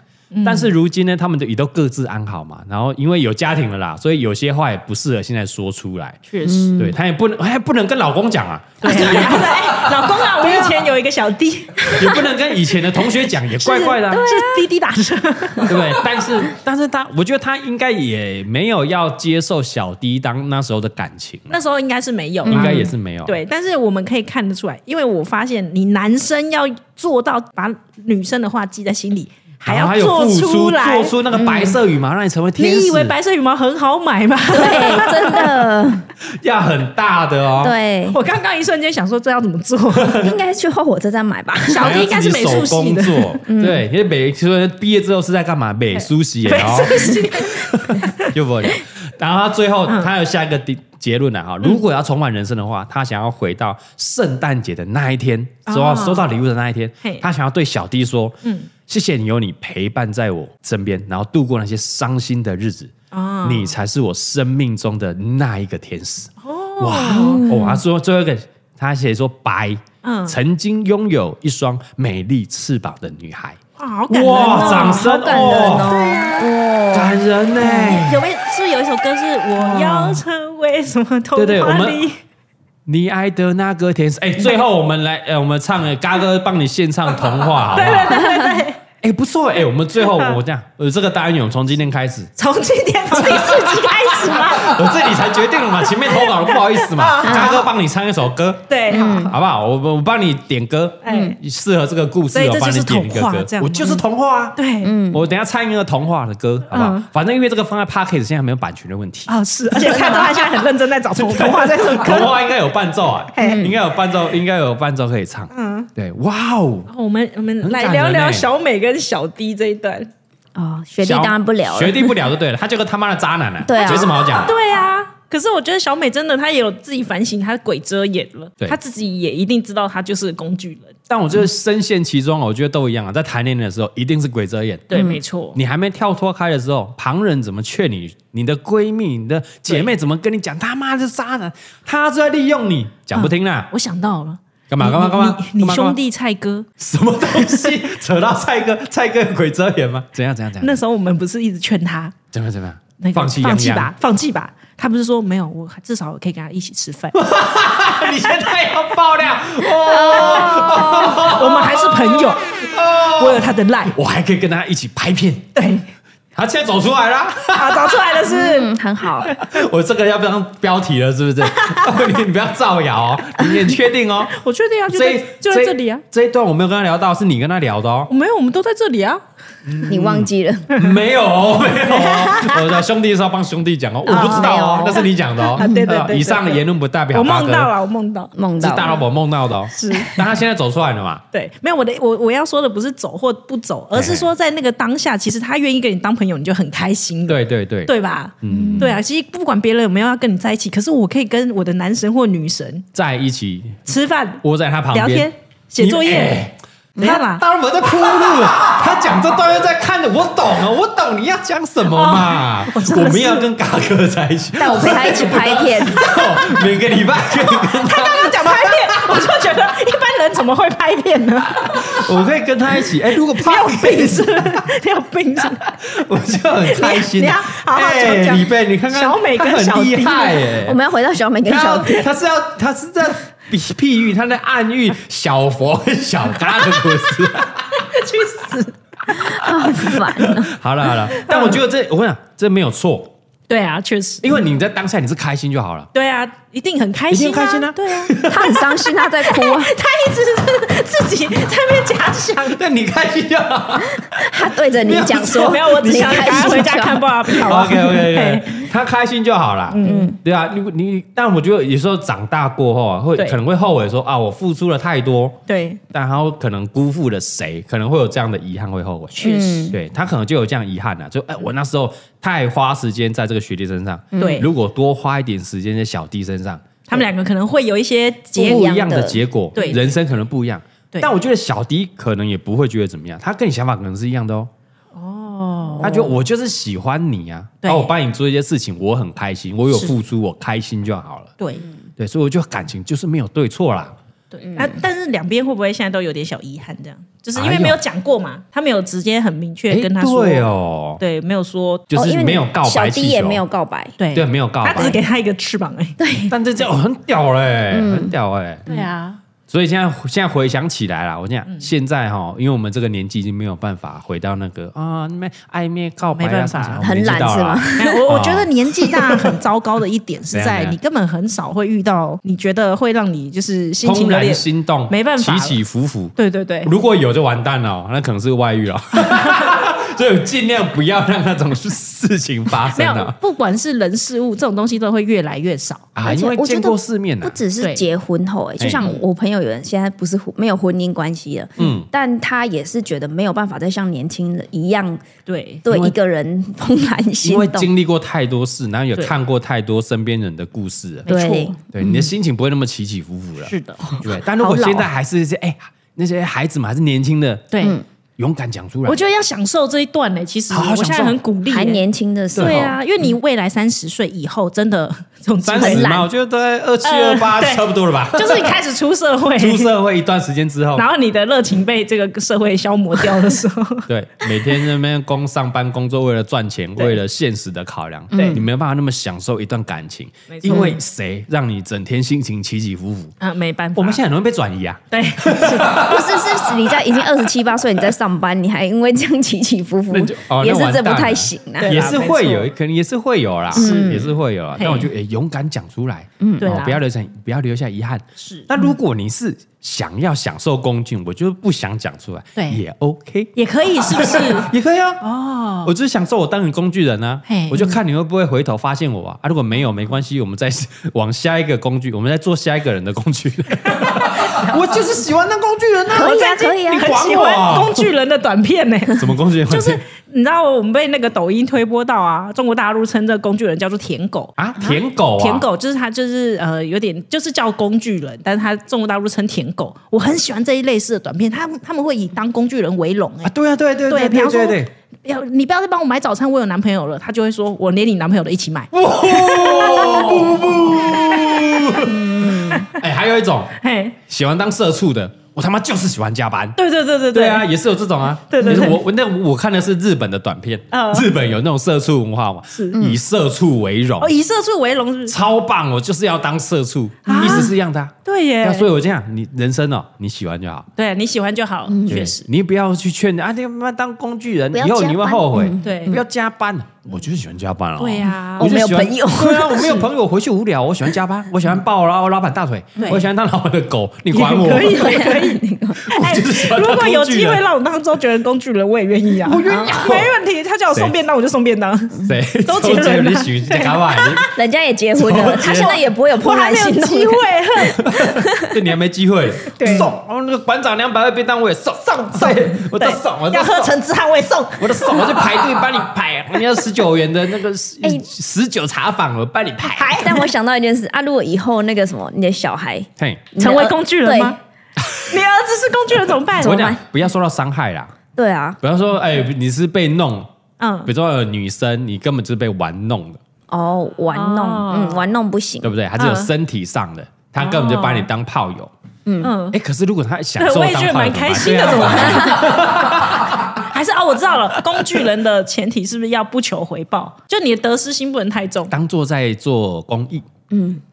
[SPEAKER 2] 但是如今呢，他们就也都各自安好嘛。然后因为有家庭了啦，所以有些话也不适合现在说出来。
[SPEAKER 4] 确实，
[SPEAKER 2] 对他也不能，哎，不能跟老公讲 [LAUGHS] 啊，
[SPEAKER 4] 对哎 [LAUGHS] 老公啊，我以前有一个小弟，
[SPEAKER 2] 也不能跟以前的同学讲，也怪
[SPEAKER 4] [LAUGHS]
[SPEAKER 2] 怪的、啊，
[SPEAKER 4] 是滴滴打车。
[SPEAKER 2] 对不对？但是，但是他，我觉得他应该也没有要接受小 D 当那时候的感情啊，
[SPEAKER 4] 那时候应该是没有啦，
[SPEAKER 2] 应该也是没有。啊
[SPEAKER 4] 对。但是我们可以看得出来，因为我发现你男生要做到把女生的话记在心里，还
[SPEAKER 2] 然后
[SPEAKER 4] 要
[SPEAKER 2] 还有
[SPEAKER 4] 做
[SPEAKER 2] 付
[SPEAKER 4] 出来
[SPEAKER 2] 做。出那个白色羽毛，让你成为天使，
[SPEAKER 4] 你以为白色羽毛很好
[SPEAKER 2] [LAUGHS]
[SPEAKER 4] 买吗？
[SPEAKER 3] 对，真的，
[SPEAKER 2] 要很大的哦？，
[SPEAKER 3] 对，
[SPEAKER 4] 我刚刚一瞬间想说这要怎么
[SPEAKER 2] [LAUGHS]
[SPEAKER 4] 做，
[SPEAKER 3] 应该去后火车站买吧。
[SPEAKER 4] 小哦弟应该是美术系的嗯
[SPEAKER 2] 手工，做，对，因为美说毕业之后是在干嘛？美术系耶哦，
[SPEAKER 4] 美术系
[SPEAKER 2] 就不讲。然后他最后
[SPEAKER 4] 嗯
[SPEAKER 2] 他有下一个结结论了啊哈，如果要重返人生的话，他想要回到圣诞节的那一天，收到
[SPEAKER 4] 哦
[SPEAKER 2] 收到礼物的那一天
[SPEAKER 4] 嘿，
[SPEAKER 2] 他想要对小弟说，嗯，谢谢你有你陪伴在我身边，然后度过那些伤心的日子，
[SPEAKER 4] 哦
[SPEAKER 2] 你才是我生命中的那一个天使。哇哦，他说最后一个，他写说白，
[SPEAKER 4] 嗯
[SPEAKER 2] 曾经拥有一双美丽翅膀的女孩，
[SPEAKER 4] 哇，好感人
[SPEAKER 2] 哇，
[SPEAKER 4] 哦！
[SPEAKER 2] 掌声
[SPEAKER 3] 好感人哦，
[SPEAKER 2] 哦，感人呢、
[SPEAKER 4] 有没有是不是有一首歌是我要成为什么童
[SPEAKER 2] 对对我
[SPEAKER 4] 话
[SPEAKER 2] 们 [LAUGHS]
[SPEAKER 4] 里？
[SPEAKER 2] 你爱的那个天使，哎、最后我们来，呃，我们唱呃嘎哥帮你献唱童话，好不好？对对对对，哎，不错，哎、我们最后我这样， [LAUGHS] 呃，这个单元从今天开始，
[SPEAKER 4] 从今天从第四集开始吗？
[SPEAKER 2] [LAUGHS] 我这里才决定了嘛，前面投稿了不好意思 [LAUGHS] 嘛，嘎哥帮你唱一首歌，
[SPEAKER 4] 对，好
[SPEAKER 2] [LAUGHS] 好不好？我我帮你点歌，
[SPEAKER 4] 哎
[SPEAKER 2] 嗯，适合这个故事，
[SPEAKER 4] 所以
[SPEAKER 2] 我
[SPEAKER 4] 这
[SPEAKER 2] 帮
[SPEAKER 4] 就
[SPEAKER 2] 你
[SPEAKER 4] 是
[SPEAKER 2] 点一个
[SPEAKER 4] 童话
[SPEAKER 2] 歌
[SPEAKER 4] 这，样
[SPEAKER 2] 我就是童话啊。
[SPEAKER 4] 对，
[SPEAKER 2] 我等一下唱一个童话的歌，好不好
[SPEAKER 4] 嗯？
[SPEAKER 2] 反正因为这个放在 p o c k e t 现在没有版权的问题，
[SPEAKER 4] 啊是，而且蔡宗翰现在很认
[SPEAKER 2] [LAUGHS]
[SPEAKER 4] 真在找童童话这首
[SPEAKER 2] 童
[SPEAKER 4] 歌。
[SPEAKER 2] 话应该有伴奏
[SPEAKER 4] [LAUGHS]
[SPEAKER 2] 啊，应该有伴奏，应该有伴奏可以唱。嗯，对，哇哦，
[SPEAKER 4] 我们我们
[SPEAKER 2] 很感
[SPEAKER 4] 来
[SPEAKER 2] 人
[SPEAKER 4] 聊聊
[SPEAKER 2] 欸
[SPEAKER 4] 小美跟小 D 这一段。
[SPEAKER 3] 哦，学弟当然不聊了
[SPEAKER 2] 学。弟不聊就对了，他就是他妈的渣男了、
[SPEAKER 3] 对啊
[SPEAKER 2] 有什么好讲的？
[SPEAKER 4] 对啊，可是我觉得小美真的，她也有自己反省，她鬼遮眼了
[SPEAKER 2] 对，
[SPEAKER 4] 她自己也一定知道她就是工具人。
[SPEAKER 2] 但我觉得深陷其中，我觉得都一样啊。在谈恋爱的时候，一定是鬼遮眼。
[SPEAKER 4] 对，没错，
[SPEAKER 2] 你还没跳脱开的时候，旁人怎么劝你？你的闺蜜、你的姐妹怎么跟你讲？他妈的渣男，他就在利用你，讲不听啦！
[SPEAKER 4] 我想到了，
[SPEAKER 2] 干嘛干嘛干嘛？
[SPEAKER 4] 你
[SPEAKER 2] 干
[SPEAKER 4] 你
[SPEAKER 2] 嘛
[SPEAKER 4] 兄弟蔡哥，
[SPEAKER 2] 什么东 [LAUGHS] 西扯到蔡哥？蔡哥有鬼遮眼吗？怎样怎样怎样？
[SPEAKER 4] 那时候我们不是一直劝他，
[SPEAKER 2] 怎么样怎么样？
[SPEAKER 4] 那个
[SPEAKER 2] 放弃
[SPEAKER 4] 放弃
[SPEAKER 2] 洋洋
[SPEAKER 4] 吧，，放弃吧。他不是说没有，我至少我可以跟他一起吃饭，
[SPEAKER 2] [LAUGHS]
[SPEAKER 4] [LAUGHS]
[SPEAKER 2] 你现在要爆 [LAUGHS] 料哦！
[SPEAKER 4] 我们还是朋友。我有他的
[SPEAKER 2] [LAUGHS]
[SPEAKER 4] 赖，
[SPEAKER 2] 我还可以跟他一起拍片，
[SPEAKER 4] 对，
[SPEAKER 2] 他现在走出来 [LAUGHS] 啦。
[SPEAKER 4] 啊，找出来了是。
[SPEAKER 2] [LAUGHS]
[SPEAKER 3] 嗯，很好，
[SPEAKER 2] 我这个要不要当标题了？是 [LAUGHS] 不是？你你不要造谣哦，你也确定 [LAUGHS] 哦？
[SPEAKER 4] 我确定啊，就
[SPEAKER 2] 这一
[SPEAKER 4] 在就在这里啊。
[SPEAKER 2] 这一段我没有跟他聊到，是你跟他聊的哦。
[SPEAKER 4] 没有，我们都在这里啊。
[SPEAKER 3] 你忘记了，
[SPEAKER 2] 没有哦，
[SPEAKER 4] [LAUGHS]
[SPEAKER 2] 没有哦。我的兄弟是要帮兄弟讲哦，我不知道哦，那是你讲的哦。
[SPEAKER 4] 啊对对对
[SPEAKER 2] 呃
[SPEAKER 4] 对
[SPEAKER 2] 以上的言论不代表
[SPEAKER 4] 我
[SPEAKER 2] 八
[SPEAKER 4] 梦
[SPEAKER 2] 哥
[SPEAKER 4] 到，了，我梦到。
[SPEAKER 3] 梦
[SPEAKER 2] 是
[SPEAKER 3] 到
[SPEAKER 2] 大
[SPEAKER 3] 了
[SPEAKER 2] 老婆梦到的哦。是，但他现在走出来了嘛？
[SPEAKER 4] 对，没有我的，我我要说的不是走或不走，而是说在那个当下，其实他愿意跟你当朋友，你就很开心的，
[SPEAKER 2] 对对对，
[SPEAKER 4] 嗯对吧？嗯，对啊。其实不管别人有没有要跟你在一起，可是我可以跟我的男神或女神
[SPEAKER 2] 在一起
[SPEAKER 4] 吃饭、
[SPEAKER 2] 窝在他旁
[SPEAKER 4] 聊
[SPEAKER 2] 边
[SPEAKER 4] 天、写作
[SPEAKER 2] 你
[SPEAKER 4] 业
[SPEAKER 2] 哎。
[SPEAKER 4] 你干嘛？
[SPEAKER 2] 大老婆在铺路，
[SPEAKER 4] [LAUGHS]
[SPEAKER 2] 他讲这段又在看着我懂啊，我懂你要讲什么嘛？
[SPEAKER 4] 哦
[SPEAKER 2] 我们要跟嘎哥在一起，
[SPEAKER 3] 但我陪他一起拍
[SPEAKER 2] [LAUGHS]
[SPEAKER 3] 片，
[SPEAKER 2] 哦每个礼拜可以跟
[SPEAKER 4] [LAUGHS]
[SPEAKER 2] 他，
[SPEAKER 4] 刚刚讲拍片，我就觉得一般人怎么会拍
[SPEAKER 2] [LAUGHS]
[SPEAKER 4] 片呢？
[SPEAKER 2] 我可以跟他一起。哎，如果
[SPEAKER 4] 你
[SPEAKER 2] 怕
[SPEAKER 4] 有病 [LAUGHS] 是不是？你有病是不是？
[SPEAKER 2] [LAUGHS] 我就很开心。
[SPEAKER 4] 你要好好讲
[SPEAKER 2] 哎
[SPEAKER 4] 讲
[SPEAKER 2] 李贝，你看看
[SPEAKER 4] 小美跟
[SPEAKER 2] 他
[SPEAKER 4] 小
[SPEAKER 2] 很
[SPEAKER 4] 弟
[SPEAKER 2] 厉害
[SPEAKER 3] 我
[SPEAKER 2] 耶。
[SPEAKER 3] 们要回到小美跟小弟，
[SPEAKER 2] 他他是要他是在比譬喻，他在暗喻小佛跟小嘎的故
[SPEAKER 4] [LAUGHS]
[SPEAKER 2] 事。
[SPEAKER 4] [LAUGHS] 去死！
[SPEAKER 3] 很烦啊。
[SPEAKER 2] 好了好了，但我觉得这我跟你讲，这没有错，
[SPEAKER 4] 对啊，确实，
[SPEAKER 2] 因为你在当下你是开心就好了。
[SPEAKER 4] 对啊，一定很开心、啊，
[SPEAKER 2] 一定开心啊
[SPEAKER 4] 对
[SPEAKER 2] [LAUGHS]
[SPEAKER 4] 啊，
[SPEAKER 3] 他很伤心，他在哭啊，
[SPEAKER 4] [LAUGHS] 他一直是自己在那边假
[SPEAKER 2] [LAUGHS]
[SPEAKER 4] 想。
[SPEAKER 2] 但你开心就好。
[SPEAKER 3] 他对着你讲说，
[SPEAKER 4] 没有，我只
[SPEAKER 3] 你
[SPEAKER 4] 想
[SPEAKER 3] 开
[SPEAKER 4] 赶快
[SPEAKER 3] 心
[SPEAKER 4] 回家
[SPEAKER 3] 就好哦
[SPEAKER 4] 看《爸爸好哎
[SPEAKER 2] OK OK
[SPEAKER 4] [LAUGHS]
[SPEAKER 2] OK，他开心就好啦。嗯，对啊，你你，但我觉得有时候长大过后啊，会
[SPEAKER 4] 对
[SPEAKER 2] 可能会后悔说啊，我付出了太多，
[SPEAKER 4] 对，
[SPEAKER 2] 但他可能辜负了谁，可能会有这样的遗憾，会后悔。
[SPEAKER 4] 确
[SPEAKER 3] 嗯
[SPEAKER 4] 实，
[SPEAKER 2] 对他可能就有这样遗憾了、就哎、我那时候太花时间在这个学弟身上，
[SPEAKER 4] 对
[SPEAKER 2] 如果多花一点时间在小弟身上，
[SPEAKER 4] 他们两个可能会有一些结
[SPEAKER 3] 不
[SPEAKER 2] 不
[SPEAKER 3] 一
[SPEAKER 2] 一
[SPEAKER 3] 样的
[SPEAKER 2] 样的结果，
[SPEAKER 4] 对
[SPEAKER 2] 人生可能不一样。
[SPEAKER 4] 对
[SPEAKER 2] 但我觉得小迪可能也不会觉得怎么样，他跟你想法可能是一样的哦。哦，他觉得我就是喜欢你啊，
[SPEAKER 4] 对
[SPEAKER 2] 然后我帮你做一些事情，我很开心，我有付出，我开心就好了。
[SPEAKER 4] 对
[SPEAKER 2] 对，所以我觉得感情就是没有对错啦。
[SPEAKER 4] 对啊，但是两边会不会现在都有点小遗憾？这样，就是因
[SPEAKER 2] 哎
[SPEAKER 4] 为
[SPEAKER 2] 呦
[SPEAKER 4] 没有讲过嘛，他没有直接很明确跟他说，
[SPEAKER 2] 哎对哦，
[SPEAKER 4] 对，没有说，
[SPEAKER 2] 就
[SPEAKER 3] 哦因
[SPEAKER 2] 是
[SPEAKER 3] 为
[SPEAKER 2] 没有
[SPEAKER 3] 你
[SPEAKER 2] 告白气球，
[SPEAKER 3] 小弟也没有告白，
[SPEAKER 4] 对
[SPEAKER 2] 对，没有告白，
[SPEAKER 4] 他只是给他一个翅膀而已。
[SPEAKER 2] [LAUGHS] 但这叫很屌嘞、
[SPEAKER 3] 嗯
[SPEAKER 2] 很屌哎、
[SPEAKER 4] 对啊，
[SPEAKER 2] 所以现在现在回想起来啦，我讲、
[SPEAKER 3] 嗯
[SPEAKER 2] 现在哈，因为我们这个年纪已经没有办法回到那个啊，那边暧昧告白
[SPEAKER 4] 没
[SPEAKER 2] 啊
[SPEAKER 4] 办
[SPEAKER 2] 啥
[SPEAKER 4] 法
[SPEAKER 2] 啥，
[SPEAKER 3] 很懒是吗？
[SPEAKER 4] [LAUGHS] 没有我
[SPEAKER 2] 哦
[SPEAKER 4] 我觉得年纪大很糟糕的一点
[SPEAKER 2] [LAUGHS]
[SPEAKER 4] 是
[SPEAKER 2] 怎样怎
[SPEAKER 4] 在
[SPEAKER 2] 样
[SPEAKER 4] 你根本很少会遇到你觉得会让你就是心情
[SPEAKER 2] [LAUGHS] 怦
[SPEAKER 4] 有
[SPEAKER 2] 然
[SPEAKER 4] 点，
[SPEAKER 2] 心动，
[SPEAKER 4] 没办法
[SPEAKER 2] 起
[SPEAKER 4] 了
[SPEAKER 2] 起伏伏。
[SPEAKER 4] 对对对，
[SPEAKER 2] 如果有就完蛋了哦，那可能是外遇了。 [LAUGHS] 所以尽量不要让那种事情发
[SPEAKER 4] 没
[SPEAKER 2] 生
[SPEAKER 4] 有
[SPEAKER 2] 啊，
[SPEAKER 4] 不管是人事物这种东西都会越来越少。
[SPEAKER 2] 啊！
[SPEAKER 3] 而且
[SPEAKER 2] 因为
[SPEAKER 3] 我觉
[SPEAKER 2] 见
[SPEAKER 3] 得
[SPEAKER 2] 过世面
[SPEAKER 3] 不
[SPEAKER 2] 啊，
[SPEAKER 3] 只是
[SPEAKER 4] 对
[SPEAKER 3] 结婚后、
[SPEAKER 2] 哎
[SPEAKER 3] 欸，就
[SPEAKER 2] 嗯
[SPEAKER 3] 像我朋友有人现在不是婚没有婚姻关系了，嗯，但他也是觉得没有办法再像年轻人一样
[SPEAKER 4] 对，
[SPEAKER 3] 对
[SPEAKER 2] 因为
[SPEAKER 3] 一个人怦然
[SPEAKER 2] 因
[SPEAKER 3] 心
[SPEAKER 2] 为
[SPEAKER 3] 动，
[SPEAKER 2] 经历过太多事，然后也
[SPEAKER 4] 对
[SPEAKER 2] 看过太多身边人的故事了，
[SPEAKER 4] 没错
[SPEAKER 3] 对，
[SPEAKER 2] 对你的心情不会那么起起伏伏了。
[SPEAKER 4] 嗯是的，
[SPEAKER 2] 对，但如果
[SPEAKER 3] 好老
[SPEAKER 2] 现在还是一些哎、那些孩子们还是年轻的，
[SPEAKER 4] 对，
[SPEAKER 2] 勇敢讲出来
[SPEAKER 4] 我。觉得要享受这一段呢、其实
[SPEAKER 2] 好好
[SPEAKER 4] 我现
[SPEAKER 2] 享受哦
[SPEAKER 4] 在很鼓励、
[SPEAKER 3] 还年轻的时候，
[SPEAKER 4] 对啊，因为你未来三十岁以后，真的这种机
[SPEAKER 2] 三
[SPEAKER 4] 会
[SPEAKER 2] 十
[SPEAKER 3] 很
[SPEAKER 2] 嘛，
[SPEAKER 3] 懒
[SPEAKER 2] 我觉得大概二七
[SPEAKER 4] 呃
[SPEAKER 2] 二八
[SPEAKER 4] 对
[SPEAKER 2] 差不多了
[SPEAKER 4] [LAUGHS]
[SPEAKER 2] 吧。
[SPEAKER 4] 就是你开始出社会，
[SPEAKER 2] 出社会一段时间之后，
[SPEAKER 4] 然后你的热情被这个社会消磨掉的
[SPEAKER 2] [LAUGHS]
[SPEAKER 4] 时候，
[SPEAKER 2] 对，每天在那边工上班工作，为了赚钱，
[SPEAKER 4] 对
[SPEAKER 2] 为了现实的考量，
[SPEAKER 4] 对
[SPEAKER 2] 你没有办法那么享受一段感情
[SPEAKER 4] 没，错
[SPEAKER 2] 因为谁让你整天心情起起伏伏？
[SPEAKER 4] 啊，没办法，
[SPEAKER 2] 我们现在很容易被转移啊。
[SPEAKER 4] 对， [LAUGHS]
[SPEAKER 3] 不是是你在已经二十七八岁，你在上班，你还因为这样起起伏伏
[SPEAKER 2] 那就哦，
[SPEAKER 3] 也
[SPEAKER 2] 那
[SPEAKER 3] 是
[SPEAKER 2] 完
[SPEAKER 3] 这不
[SPEAKER 2] 蛋
[SPEAKER 3] 太
[SPEAKER 2] 了
[SPEAKER 3] 行啊。
[SPEAKER 4] 对
[SPEAKER 2] 也
[SPEAKER 4] 啦
[SPEAKER 2] 是
[SPEAKER 4] 没
[SPEAKER 2] 会
[SPEAKER 4] 错
[SPEAKER 2] 有，可能也是会有啦，也是会有啦。
[SPEAKER 4] 嘿
[SPEAKER 2] 但我觉得，哎，勇敢讲出来，嗯
[SPEAKER 4] 对啦
[SPEAKER 2] 不要留下，不要留下遗憾。
[SPEAKER 4] 是
[SPEAKER 2] 那如果你是想要享受工具，我就不想讲出来，
[SPEAKER 4] 对
[SPEAKER 2] 也 OK，
[SPEAKER 4] 也可以，是不是？
[SPEAKER 2] 也可以啊。
[SPEAKER 4] 哦，
[SPEAKER 2] 我只是享受我当你工具人啊
[SPEAKER 4] 嘿，
[SPEAKER 2] 我就看你会不会回头发现我啊。啊，如果没有没关系，我们再往下一个工具，我们再做下一个人的工
[SPEAKER 4] [LAUGHS]
[SPEAKER 2] 具。我就是喜欢当工具人啊，
[SPEAKER 3] 可以啊
[SPEAKER 2] 我最近
[SPEAKER 3] 可以啊
[SPEAKER 2] 你
[SPEAKER 4] 很
[SPEAKER 2] [LAUGHS] 管
[SPEAKER 4] 喜
[SPEAKER 2] 我
[SPEAKER 4] 欢
[SPEAKER 2] 啊
[SPEAKER 4] 工具人的短片呢、
[SPEAKER 2] 什么工具人？
[SPEAKER 4] 就是 [LAUGHS] 你知道我们被那个抖音推播到啊，中国大陆称这个工具人叫做舔狗。
[SPEAKER 2] 啊，舔狗啊，
[SPEAKER 4] 舔狗就是他，就是呃，有点就是叫工具人，但是他中国大陆称舔狗。我很喜欢这一类似的短片，他他们会以当工具人为荣、欸，
[SPEAKER 2] 啊，对啊，对对
[SPEAKER 4] 对
[SPEAKER 2] 对
[SPEAKER 4] 比方
[SPEAKER 2] 对
[SPEAKER 4] 说
[SPEAKER 2] 对，
[SPEAKER 4] 要你不要再帮我买早餐，我有男朋友了，他就会说我连你男朋友的一起
[SPEAKER 2] [LAUGHS] 嗯
[SPEAKER 4] 买。 [LAUGHS]
[SPEAKER 2] 哎，还有一种
[SPEAKER 4] 嘿，
[SPEAKER 2] 喜欢当社畜的，我他妈就是喜欢加班。
[SPEAKER 4] 对对对对
[SPEAKER 2] 对啊，，也是有这种啊。
[SPEAKER 4] 对对
[SPEAKER 2] 就
[SPEAKER 4] 对
[SPEAKER 2] 是我我那我看的是日本的短片
[SPEAKER 4] 嗯，
[SPEAKER 2] 日本有那种社畜文化嘛，以社畜为荣
[SPEAKER 4] 哦，，以社畜为荣是不是？
[SPEAKER 2] 超棒！我就是要当社畜，
[SPEAKER 4] 啊
[SPEAKER 2] 意思是一样的啊。对
[SPEAKER 4] 对
[SPEAKER 2] 啊
[SPEAKER 4] 耶，
[SPEAKER 2] 所以我这样，你人生哦，你喜欢就好。
[SPEAKER 4] 对你喜欢就好，
[SPEAKER 2] 对
[SPEAKER 4] 确实，
[SPEAKER 2] 你不要去劝啊，你他妈当工具人，
[SPEAKER 3] 不要
[SPEAKER 2] 以后你
[SPEAKER 3] 加
[SPEAKER 2] 会
[SPEAKER 3] 班
[SPEAKER 2] 后悔
[SPEAKER 3] 嗯。啊
[SPEAKER 4] 对
[SPEAKER 2] 不要加班。我就是喜欢加班了。哦
[SPEAKER 4] 对呀
[SPEAKER 2] 我就
[SPEAKER 3] 我没有
[SPEAKER 2] 喜欢
[SPEAKER 3] 朋友
[SPEAKER 2] 对啊，我没有朋友，我回去无聊，我喜欢加班，我喜欢抱老老板大腿，
[SPEAKER 4] 对
[SPEAKER 2] 我喜欢当老板的狗，你管我？
[SPEAKER 4] 可以哦可以。 [LAUGHS]
[SPEAKER 2] [LAUGHS]
[SPEAKER 4] 哎
[SPEAKER 2] 就是喜欢当
[SPEAKER 4] 如果有
[SPEAKER 2] 工具
[SPEAKER 4] 机
[SPEAKER 2] 人
[SPEAKER 4] 会让我当周杰伦工具人，我也愿意啊，我愿意，没问题。他叫我送
[SPEAKER 2] 谁
[SPEAKER 4] 便当，我就送便当。
[SPEAKER 2] [LAUGHS] 谁？
[SPEAKER 4] 周杰伦啊
[SPEAKER 2] 你喜欢加班？你
[SPEAKER 3] 人家也结婚
[SPEAKER 2] 怎么 [LAUGHS]
[SPEAKER 3] 了，
[SPEAKER 2] 结
[SPEAKER 3] 他现在也不会有
[SPEAKER 4] 我
[SPEAKER 3] 怦然
[SPEAKER 4] 还没有
[SPEAKER 3] 心动
[SPEAKER 4] 机
[SPEAKER 3] 的
[SPEAKER 4] 会
[SPEAKER 3] 感觉。，
[SPEAKER 2] 对，你还没机会
[SPEAKER 4] 对
[SPEAKER 2] 送。然后哦那个馆长两百二便当我也送送送，我都
[SPEAKER 4] 对
[SPEAKER 2] 送，我都
[SPEAKER 4] 要喝
[SPEAKER 2] 送。
[SPEAKER 4] 橙汁捍卫送。
[SPEAKER 2] 我都送，我就排队帮你排，人家十九元的那个
[SPEAKER 3] 哎
[SPEAKER 2] 十九茶坊，我帮你排。
[SPEAKER 3] [LAUGHS] 但我想到一件事啊，如果以后那个什么，你的小孩
[SPEAKER 2] 嘿，
[SPEAKER 3] 你的
[SPEAKER 4] 成为
[SPEAKER 3] 儿
[SPEAKER 4] 工具人吗？你儿子是工具人怎么办？
[SPEAKER 2] 我跟你
[SPEAKER 3] 么
[SPEAKER 2] 讲
[SPEAKER 3] 办，
[SPEAKER 2] 不要受到伤害啦，
[SPEAKER 3] 对对啊，
[SPEAKER 2] 不要说哎，你是被弄，比
[SPEAKER 4] 嗯，
[SPEAKER 2] 如说有女生，你根本就是被玩弄的，
[SPEAKER 3] 哦，玩弄，
[SPEAKER 4] 哦
[SPEAKER 3] 嗯，玩弄不行
[SPEAKER 2] 对，不对？她只有
[SPEAKER 4] 嗯
[SPEAKER 2] 身体上的，她根本就把你当炮友。
[SPEAKER 4] 嗯，
[SPEAKER 2] 哎，可是如果她享
[SPEAKER 4] 对，
[SPEAKER 2] 受
[SPEAKER 4] 我也
[SPEAKER 2] 当
[SPEAKER 4] 觉得
[SPEAKER 2] 炮友
[SPEAKER 4] 蛮
[SPEAKER 2] 怎么
[SPEAKER 4] 开
[SPEAKER 2] 办，
[SPEAKER 4] 心
[SPEAKER 2] 对
[SPEAKER 4] 的，
[SPEAKER 2] 啊
[SPEAKER 4] 怎么办？
[SPEAKER 2] [LAUGHS]
[SPEAKER 4] 还是哦，我知道了，工具人的前提是不是要不求回报？就你的得失心不能太重，
[SPEAKER 2] 当做在做公益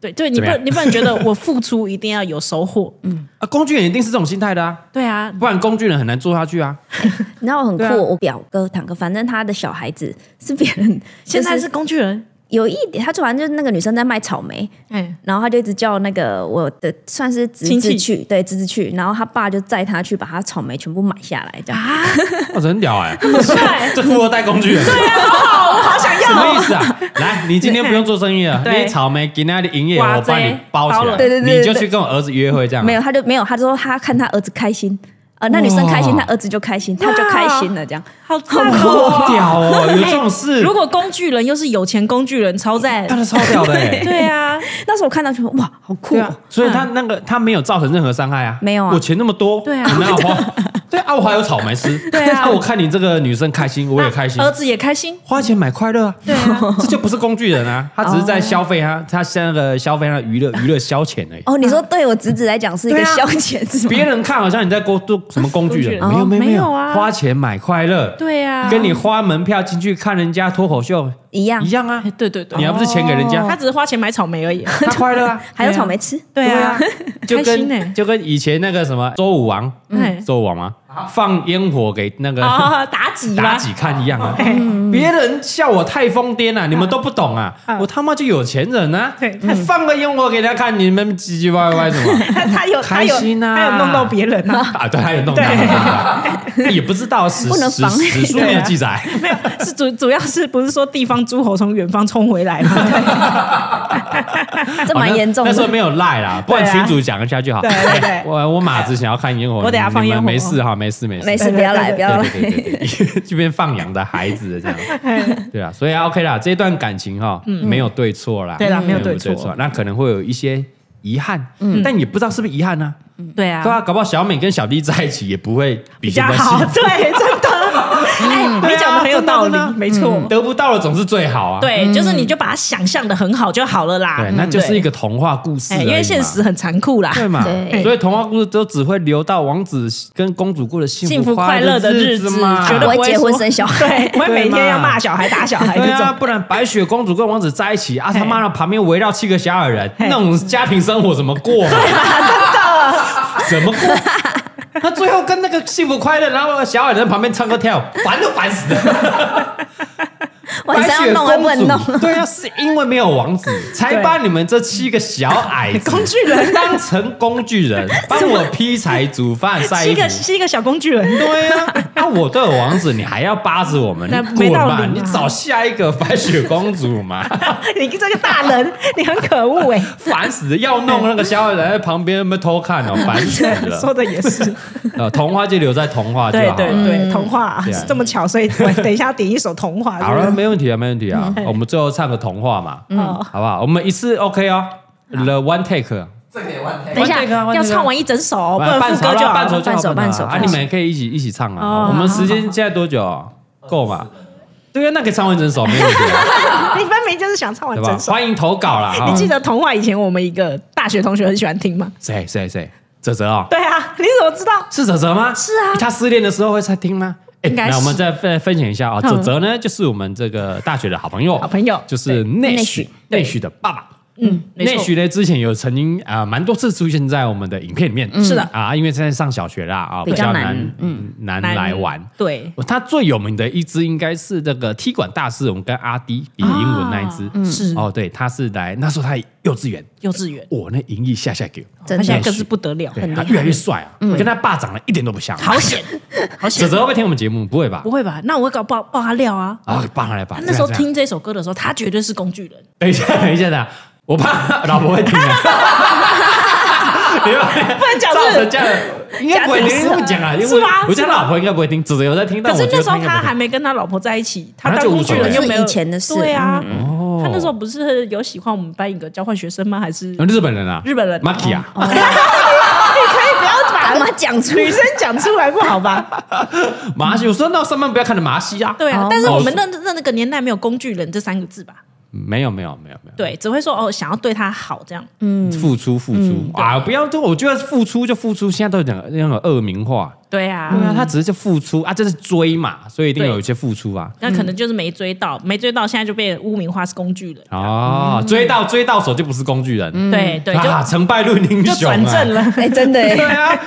[SPEAKER 4] 对对，你
[SPEAKER 2] 怎么
[SPEAKER 4] 不
[SPEAKER 2] 样
[SPEAKER 4] 能你不能觉得我付出一定要有收 [LAUGHS] 获，
[SPEAKER 2] 啊，工具人一定是这种心态的啊，
[SPEAKER 4] 嗯对啊，
[SPEAKER 2] 不然工具人很难做下去啊。 [LAUGHS]
[SPEAKER 3] 你知道我很酷，
[SPEAKER 2] 对啊
[SPEAKER 3] 我表哥堂哥，反正他的小孩子是别人，
[SPEAKER 4] 现在
[SPEAKER 3] 就是
[SPEAKER 4] 工具人，
[SPEAKER 3] 有一点，他就反正就是那个女生在卖草莓，
[SPEAKER 4] 哎，
[SPEAKER 3] 然后他就一直叫那个我的算是侄
[SPEAKER 4] 亲
[SPEAKER 3] 子
[SPEAKER 4] 戚
[SPEAKER 3] 去，对侄子去，然后他爸就载他去把他草莓全部买下来，
[SPEAKER 2] 啊
[SPEAKER 4] 啊
[SPEAKER 3] 这样。
[SPEAKER 2] 哇，真屌
[SPEAKER 4] [LAUGHS]
[SPEAKER 2] 哎，
[SPEAKER 4] 帅
[SPEAKER 2] 这富二代工具人。
[SPEAKER 4] 对啊，好好，我好想
[SPEAKER 2] 什么
[SPEAKER 4] 要
[SPEAKER 2] 意
[SPEAKER 4] 哦，
[SPEAKER 2] 思啊？来，你今天不用做生意了，
[SPEAKER 4] 对
[SPEAKER 2] 你草莓给那里营业，
[SPEAKER 4] 哇
[SPEAKER 2] 我帮你
[SPEAKER 4] 塞
[SPEAKER 2] 包起
[SPEAKER 4] 包
[SPEAKER 2] 来，
[SPEAKER 4] 了
[SPEAKER 3] 对对对
[SPEAKER 2] 你就
[SPEAKER 3] 对
[SPEAKER 2] 去跟我儿子约会这样。啊
[SPEAKER 3] 没有，，他就没有，他说他看他儿子开心，呃，那女生开心，
[SPEAKER 2] 哇
[SPEAKER 3] 他儿子就开心，他就开心了，这样。
[SPEAKER 4] 好赞
[SPEAKER 2] 好
[SPEAKER 4] 哦！
[SPEAKER 2] 屌哦，有这种事，哎
[SPEAKER 4] [LAUGHS] 如果工具人又是有钱工具人，超赞，
[SPEAKER 2] 他的超屌
[SPEAKER 3] [LAUGHS]
[SPEAKER 2] 的欸。
[SPEAKER 4] 对
[SPEAKER 2] [LAUGHS]
[SPEAKER 4] 啊，
[SPEAKER 3] 那时候我看到就说哇，好酷
[SPEAKER 2] 对
[SPEAKER 3] 哦、
[SPEAKER 2] 啊，所以他那个他没有造成任何伤害啊，
[SPEAKER 3] 没有啊
[SPEAKER 2] 我钱那么多，
[SPEAKER 4] 对啊
[SPEAKER 2] 我哪有花？对啊，我还有草莓吃，
[SPEAKER 4] 对啊
[SPEAKER 2] [LAUGHS] 我看你这个女生开心，我也开心
[SPEAKER 3] 啊
[SPEAKER 4] 儿，子也开心，
[SPEAKER 2] 花钱买快乐啊，对啊， [LAUGHS] 这就不是工具人啊，他只是在消费
[SPEAKER 4] 哦
[SPEAKER 2] 啊，他现在的消费他的娱乐娱乐消遣而已。
[SPEAKER 3] 哦，你说对我侄子来讲是一
[SPEAKER 2] 对
[SPEAKER 3] 个
[SPEAKER 2] 啊
[SPEAKER 3] 消遣，是吗？
[SPEAKER 2] 别人看好像你在工做什么工具人，
[SPEAKER 4] 工
[SPEAKER 2] 没
[SPEAKER 4] 具
[SPEAKER 2] 有
[SPEAKER 4] 人
[SPEAKER 2] 没有
[SPEAKER 4] 哦没有啊
[SPEAKER 2] 花钱买快乐，
[SPEAKER 4] 对啊，
[SPEAKER 2] 跟你花门票进去看人家脱口秀
[SPEAKER 3] 一样
[SPEAKER 2] 一，样啊
[SPEAKER 4] 哎，，对对对，
[SPEAKER 2] 你还不是钱给人家，
[SPEAKER 4] 他只是花钱买草
[SPEAKER 2] [LAUGHS]
[SPEAKER 4] 莓而已。
[SPEAKER 2] 他快乐啊，
[SPEAKER 3] 还有草莓吃，
[SPEAKER 4] [LAUGHS] 对啊，
[SPEAKER 2] 就
[SPEAKER 4] 开心呢
[SPEAKER 2] 跟。就跟以前那个什么周武王，
[SPEAKER 4] 嗯
[SPEAKER 2] 周武王吗？放烟火给那个
[SPEAKER 4] [LAUGHS] 啊，妲己
[SPEAKER 2] 妲
[SPEAKER 4] 吧，
[SPEAKER 2] 己看一样
[SPEAKER 4] 哦
[SPEAKER 2] 啊！
[SPEAKER 4] 哎
[SPEAKER 2] 别人笑我太疯癫了，你们都不懂啊！我他妈就有钱人啊
[SPEAKER 4] 嗯对！嗯
[SPEAKER 2] 放个烟火给他看，你们唧唧歪歪什
[SPEAKER 4] [LAUGHS]
[SPEAKER 2] 么
[SPEAKER 4] 他他有他有
[SPEAKER 2] 开心啊
[SPEAKER 4] 他有弄到别人啊，
[SPEAKER 2] [LAUGHS] 啊？对，还有弄到， [LAUGHS] 也不知道史
[SPEAKER 3] 不能
[SPEAKER 2] 史
[SPEAKER 3] 防
[SPEAKER 2] 史书没有记
[SPEAKER 4] [LAUGHS]
[SPEAKER 2] 载。
[SPEAKER 4] 没有是主主要是不是说地方诸侯从远方冲回
[SPEAKER 2] [LAUGHS]
[SPEAKER 4] 来嘛？
[SPEAKER 3] 这蛮严重
[SPEAKER 2] 哦那那时候
[SPEAKER 3] 的。
[SPEAKER 2] 没有赖啦，不然
[SPEAKER 4] 对啊
[SPEAKER 2] 群主讲一下就好。
[SPEAKER 4] 对对对
[SPEAKER 2] 哎我我马子想要看烟火，
[SPEAKER 4] 我等下
[SPEAKER 2] 你
[SPEAKER 4] 放
[SPEAKER 2] 们
[SPEAKER 4] 烟火
[SPEAKER 2] 没事哈，没事没事
[SPEAKER 3] 没事，
[SPEAKER 4] 对对
[SPEAKER 3] 不要来，
[SPEAKER 4] 对对
[SPEAKER 3] 不要来。
[SPEAKER 2] 对对对对对，这边放羊的孩子这样，对啊，所以啊 OK 啦，这段感情哈、没有对错啦，
[SPEAKER 4] 对啦没有
[SPEAKER 2] 对
[SPEAKER 4] 对错
[SPEAKER 2] 那可能会有一些遗憾，但也不知道是不是遗憾呢、
[SPEAKER 4] 对
[SPEAKER 2] 啊，对啊，搞不好小美跟小弟在一起也不会比
[SPEAKER 4] 比
[SPEAKER 2] 现
[SPEAKER 4] 较
[SPEAKER 2] 在 [LAUGHS]
[SPEAKER 4] 好，
[SPEAKER 2] 幸福，
[SPEAKER 4] 对，真的，哎，你讲的很有道
[SPEAKER 2] 嗯对啊真的真
[SPEAKER 4] 理，
[SPEAKER 2] 的
[SPEAKER 4] 没错，
[SPEAKER 2] 得不到的总是最好啊，
[SPEAKER 4] 对，就是你就把它想象的很好就好了啦，
[SPEAKER 2] 对，那就是一
[SPEAKER 4] 个，
[SPEAKER 2] 个童话故事而
[SPEAKER 4] 哎，
[SPEAKER 2] 已嘛，
[SPEAKER 4] 因为现实很残酷啦，
[SPEAKER 2] 对嘛？
[SPEAKER 3] 对
[SPEAKER 2] 所以童话故事都只会留到王子跟公主过的幸
[SPEAKER 4] 幸福
[SPEAKER 2] 快
[SPEAKER 4] 快乐的
[SPEAKER 2] 日
[SPEAKER 4] 日子
[SPEAKER 2] 嘛，
[SPEAKER 4] 绝
[SPEAKER 3] 不
[SPEAKER 4] 对
[SPEAKER 3] 会
[SPEAKER 4] 不会
[SPEAKER 3] 结婚
[SPEAKER 4] 说
[SPEAKER 3] 生小孩
[SPEAKER 4] 对，不会每
[SPEAKER 2] 对嘛
[SPEAKER 4] 天要骂小孩打小孩
[SPEAKER 2] 对
[SPEAKER 4] 那
[SPEAKER 2] 啊，
[SPEAKER 4] 哎种，
[SPEAKER 2] 不然白雪公主跟王子在一起啊，
[SPEAKER 4] 嘿
[SPEAKER 2] 他妈的旁边围绕七个小矮人，
[SPEAKER 4] 嘿
[SPEAKER 2] 那种家庭生活怎么
[SPEAKER 4] [LAUGHS]
[SPEAKER 2] 过？真的 [LAUGHS] 怎么过？那最后跟那个幸福快乐，然后小矮人旁边唱歌
[SPEAKER 4] [LAUGHS]
[SPEAKER 2] 跳，烦都烦死了。
[SPEAKER 3] 晚
[SPEAKER 2] 白
[SPEAKER 3] 上要
[SPEAKER 2] 雪
[SPEAKER 3] 弄还哦不能
[SPEAKER 2] 公
[SPEAKER 3] 弄，
[SPEAKER 2] 主，对啊，是因为没有王子，才把你们这七个小矮子
[SPEAKER 4] [LAUGHS] 工具
[SPEAKER 2] [LAUGHS]
[SPEAKER 4] 人
[SPEAKER 2] 当
[SPEAKER 4] [LAUGHS]
[SPEAKER 2] 成工具人，帮我劈柴、煮饭、晒
[SPEAKER 4] 七
[SPEAKER 2] 衣服 [LAUGHS]
[SPEAKER 4] 个。七个小工具人，
[SPEAKER 2] 对啊，啊，我都有王子，你还要巴着我们？
[SPEAKER 4] [LAUGHS] 那
[SPEAKER 2] 你
[SPEAKER 4] 没
[SPEAKER 2] 滚
[SPEAKER 4] 道
[SPEAKER 2] 吧，
[SPEAKER 4] 理
[SPEAKER 2] 你
[SPEAKER 4] 嘛
[SPEAKER 2] 找下一个白雪公主嘛，
[SPEAKER 4] 你这个大人，你很可恶哎、
[SPEAKER 2] 烦死了！要弄那个小矮人在旁边有没有偷看哦，烦死
[SPEAKER 4] [LAUGHS] 说
[SPEAKER 2] 了。
[SPEAKER 4] 的也是，
[SPEAKER 2] 呃，童话就留在童话就
[SPEAKER 4] 对
[SPEAKER 2] 好
[SPEAKER 4] 对
[SPEAKER 2] 了。
[SPEAKER 4] 对，童话、
[SPEAKER 2] 啊对啊
[SPEAKER 4] 这么巧，所以我等一下点一首童话。
[SPEAKER 2] 好
[SPEAKER 4] 是
[SPEAKER 2] 了，
[SPEAKER 4] 不是，
[SPEAKER 2] 没问题啊，没问题啊。我们最后唱个童话嘛，
[SPEAKER 4] 嗯，
[SPEAKER 2] 好不好？我们一次 OK 哦，The One Take。
[SPEAKER 5] 这给万泰
[SPEAKER 3] 等一下
[SPEAKER 2] 换这个啊换这
[SPEAKER 3] 要
[SPEAKER 2] 个
[SPEAKER 3] 唱完一整首哦，不
[SPEAKER 2] 伴
[SPEAKER 3] 然
[SPEAKER 2] 伴
[SPEAKER 3] 副
[SPEAKER 2] 手
[SPEAKER 3] 歌就好
[SPEAKER 2] 伴手
[SPEAKER 3] 了。
[SPEAKER 2] 就好
[SPEAKER 3] 手，伴手，
[SPEAKER 2] 啊！
[SPEAKER 3] 伴
[SPEAKER 2] 你
[SPEAKER 3] 手
[SPEAKER 2] 们也可以一起一起唱啊。
[SPEAKER 4] 哦
[SPEAKER 2] 我们时间现在多久？够嘛？对啊，那个唱完整首没问题啊，
[SPEAKER 4] [LAUGHS] [LAUGHS] 你分明就是想唱完
[SPEAKER 2] 对吧
[SPEAKER 4] 整？首。
[SPEAKER 2] 欢迎投稿啦！哈
[SPEAKER 4] 你，记得童话以前我们一个大学同学很喜欢听吗？
[SPEAKER 2] 谁谁谁？哲哲哦，
[SPEAKER 4] 对啊，你怎么知道？
[SPEAKER 2] 是哲哲吗？是啊，他失恋的时候会在听吗？哎
[SPEAKER 4] 应该
[SPEAKER 2] 那我们
[SPEAKER 4] 是
[SPEAKER 2] 再再分享一下啊，
[SPEAKER 4] 嗯
[SPEAKER 2] 哲哲呢，就是我们这个大学的好朋友，
[SPEAKER 4] 好朋友
[SPEAKER 2] 就是内许内许的爸爸。
[SPEAKER 4] 嗯，没
[SPEAKER 2] 内
[SPEAKER 4] 错
[SPEAKER 2] 许呢，之前有曾经啊，蛮、多次出现在我们的影片里面。
[SPEAKER 4] 嗯是的
[SPEAKER 2] 啊，因为现在上小学啦啊，
[SPEAKER 3] 比
[SPEAKER 2] 比
[SPEAKER 3] 较
[SPEAKER 2] 较
[SPEAKER 3] 难
[SPEAKER 2] 难嗯难
[SPEAKER 4] 男
[SPEAKER 2] 来玩。
[SPEAKER 4] 对，
[SPEAKER 2] 他最有名的一支应该是这个踢馆大师，我们跟阿迪比英文那一支、
[SPEAKER 4] 啊嗯是
[SPEAKER 2] 哦，对，他是来那时候他幼稚园，
[SPEAKER 4] 幼稚园，
[SPEAKER 2] 我那银翼下下给我，
[SPEAKER 3] 真的
[SPEAKER 4] 他现在更是不得了，
[SPEAKER 2] 对他越来越帅啊，跟他爸长得一点都不像。
[SPEAKER 4] 嗯好险，好
[SPEAKER 2] 哲 [LAUGHS]
[SPEAKER 4] 险，
[SPEAKER 2] 哲会不会听我们节目？不会吧
[SPEAKER 4] 不？会吧？那我搞爆爆他料啊！
[SPEAKER 2] 啊，爸来吧
[SPEAKER 4] 他。那时候
[SPEAKER 2] 这样，
[SPEAKER 4] 听这首歌的时候，他绝对是工具人，
[SPEAKER 2] 这样等一下， [LAUGHS] 等一下，等一下，我怕老婆会听
[SPEAKER 4] [LAUGHS]
[SPEAKER 2] 啊。你们
[SPEAKER 4] 不能讲
[SPEAKER 2] 造成
[SPEAKER 4] 是
[SPEAKER 2] 这。样，应该不会听。不讲啊，因
[SPEAKER 4] 是
[SPEAKER 2] 为
[SPEAKER 4] 吗
[SPEAKER 2] 我家老婆应该不会听，哲哲有在听，但
[SPEAKER 4] 可
[SPEAKER 2] 我
[SPEAKER 4] 是
[SPEAKER 2] 觉
[SPEAKER 4] 那
[SPEAKER 2] 得
[SPEAKER 4] 时候
[SPEAKER 2] 应该
[SPEAKER 4] 他
[SPEAKER 2] 不会
[SPEAKER 4] 还没跟他老婆在一起，他
[SPEAKER 2] 那
[SPEAKER 4] 当
[SPEAKER 2] 就无
[SPEAKER 4] 工
[SPEAKER 2] 所
[SPEAKER 4] 具
[SPEAKER 2] 谓
[SPEAKER 4] 人又没有
[SPEAKER 3] 是以前的事
[SPEAKER 4] 对啊，
[SPEAKER 2] 听哦
[SPEAKER 4] 他那时候不是有喜欢我们班一个交换学生吗？还是 [LAUGHS]
[SPEAKER 2] 日本人啊，
[SPEAKER 4] 日本人哦
[SPEAKER 2] m a k i 啊，
[SPEAKER 3] 哦
[SPEAKER 4] 不要
[SPEAKER 3] 把它讲出
[SPEAKER 4] 女
[SPEAKER 3] 来。
[SPEAKER 4] 生讲出来不好吧？
[SPEAKER 2] 麻西，我说那上班不要看的麻西啊。
[SPEAKER 4] [LAUGHS] 对啊
[SPEAKER 3] 哦，
[SPEAKER 4] 但是我们那那那个年代没有“工具人”这三个字吧？
[SPEAKER 2] 没有没有没有没有，
[SPEAKER 4] 对，只会说哦，想要对他好这样。
[SPEAKER 2] 付出付
[SPEAKER 4] 嗯
[SPEAKER 2] 出、啊！不要，就我觉得付出就付出，现在都讲那种恶名化。
[SPEAKER 4] 对
[SPEAKER 2] 对
[SPEAKER 4] 啊，
[SPEAKER 2] 啊，他只是就付出啊，这是追嘛，所以一定
[SPEAKER 4] 对
[SPEAKER 2] 有一些付出啊。
[SPEAKER 4] 那可能就是没追到，没追到，现在就被污名化是工具人。
[SPEAKER 2] 哦，追到追到手就不是工具人，
[SPEAKER 4] 对嗯对，
[SPEAKER 2] 啊，
[SPEAKER 4] 就
[SPEAKER 2] 成败论英
[SPEAKER 4] 就
[SPEAKER 2] 雄
[SPEAKER 4] 转
[SPEAKER 2] 啊
[SPEAKER 4] 正。了。
[SPEAKER 3] 哎，真的
[SPEAKER 2] 对
[SPEAKER 3] 哎，
[SPEAKER 2] 啊，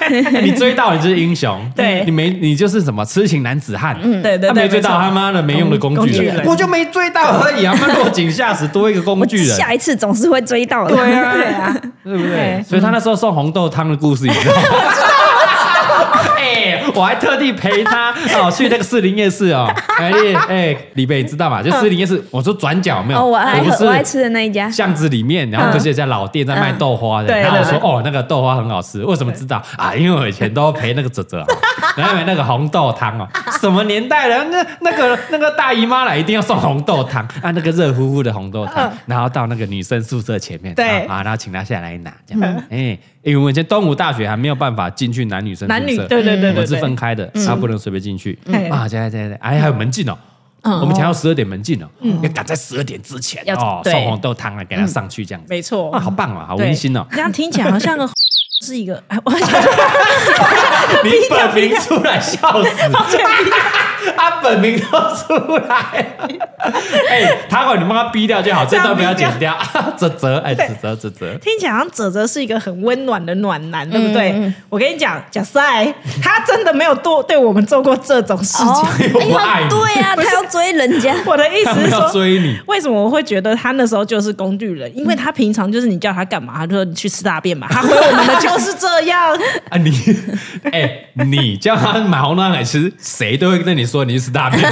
[SPEAKER 2] [LAUGHS] 你追到你就是英雄，
[SPEAKER 4] [LAUGHS] 对
[SPEAKER 2] 你没你就是什么痴情男子汉，嗯
[SPEAKER 4] 对对对
[SPEAKER 2] 他没追到
[SPEAKER 4] 没错
[SPEAKER 2] 他妈的没用的工
[SPEAKER 4] 工
[SPEAKER 2] 具
[SPEAKER 4] 具
[SPEAKER 2] 人，
[SPEAKER 4] 人
[SPEAKER 2] 我就没追到而已啊，他妈落井下石多一个工
[SPEAKER 3] 我
[SPEAKER 2] 具
[SPEAKER 4] [LAUGHS]
[SPEAKER 2] 人，
[SPEAKER 3] 下一次总是会追到的。
[SPEAKER 2] 对啊，对啊，对不对？
[SPEAKER 4] 对
[SPEAKER 2] 所以他那时候送红豆汤的故事，你
[SPEAKER 4] [LAUGHS]
[SPEAKER 2] 知道吗？ [LAUGHS] 哎，我还特地陪他哦去那个士林夜市哦，哎哎，李北你知道吗？就士林夜
[SPEAKER 4] 嗯
[SPEAKER 2] 市，我说转角有没有，
[SPEAKER 3] 哦，我爱
[SPEAKER 2] 不
[SPEAKER 3] 喝我爱
[SPEAKER 2] 是
[SPEAKER 3] 吃的那一家，
[SPEAKER 2] 巷子里面，然后可是有一家老店在卖豆花的，
[SPEAKER 4] 嗯嗯
[SPEAKER 2] 然后我说
[SPEAKER 4] 对对
[SPEAKER 2] 哦那个豆花很好吃，为什么知道 [LAUGHS] 啊？因为我以前都陪那个哲哲哦， [LAUGHS] 然后买那个红豆汤哦，什么年代了？那那个那个大姨妈来一定要送红豆汤啊，那个热乎乎的红豆汤，然后到那个女生宿舍前面，
[SPEAKER 4] 嗯对嗯
[SPEAKER 2] 啊，然后请她下来拿，这样，哎，因为我们以前东吴大学还没有办法进去男女生宿舍
[SPEAKER 4] 男女对对对对
[SPEAKER 2] 我们是
[SPEAKER 4] 对
[SPEAKER 2] 分开的，他不能随便进去
[SPEAKER 4] 嗯
[SPEAKER 2] 啊，现在现在哎还有门禁哦。我们调到十二点门禁哦，要赶在十二点之前
[SPEAKER 4] 嗯要
[SPEAKER 2] 哦，
[SPEAKER 4] 对
[SPEAKER 2] 送红豆汤啊，给他上去这样子，
[SPEAKER 4] 没错嗯
[SPEAKER 2] 哇，，好棒啊，好
[SPEAKER 4] 对。
[SPEAKER 2] 温馨哦
[SPEAKER 4] 这样听起来好
[SPEAKER 2] [LAUGHS]
[SPEAKER 4] 像个是一个， [LAUGHS] 哎我
[SPEAKER 2] 你
[SPEAKER 4] [LAUGHS]
[SPEAKER 2] 本名出来笑死，
[SPEAKER 4] 啊
[SPEAKER 2] [LAUGHS] 他本名都出来
[SPEAKER 4] [LAUGHS]
[SPEAKER 2] 了。哎，他管你帮他逼掉就好，这段不要剪掉。 [LAUGHS] 泽泽，哎，泽泽，泽泽，
[SPEAKER 4] 听起来好像哲哲是一个很温暖的暖男，对不对？
[SPEAKER 3] 嗯
[SPEAKER 4] 我跟你讲，贾赛他真的没有对对我们做过这种事情。
[SPEAKER 3] 哦，
[SPEAKER 2] 因为我不爱你
[SPEAKER 3] 对啊，他要追人家，
[SPEAKER 4] [LAUGHS] 我的意
[SPEAKER 2] 他
[SPEAKER 4] 思
[SPEAKER 2] 们
[SPEAKER 4] 是
[SPEAKER 2] 要
[SPEAKER 4] 说，
[SPEAKER 2] 追你，
[SPEAKER 4] 为什么我会觉得他那时候就是工具
[SPEAKER 3] 嗯
[SPEAKER 4] 人？因为他平常就是你叫他干嘛，他就说你去吃大便嘛。
[SPEAKER 3] [LAUGHS]
[SPEAKER 4] 他回我们的就是这
[SPEAKER 2] [LAUGHS]
[SPEAKER 4] 样，
[SPEAKER 2] 啊你，哎，你叫他买红糖来吃，谁都会跟你说你是大便。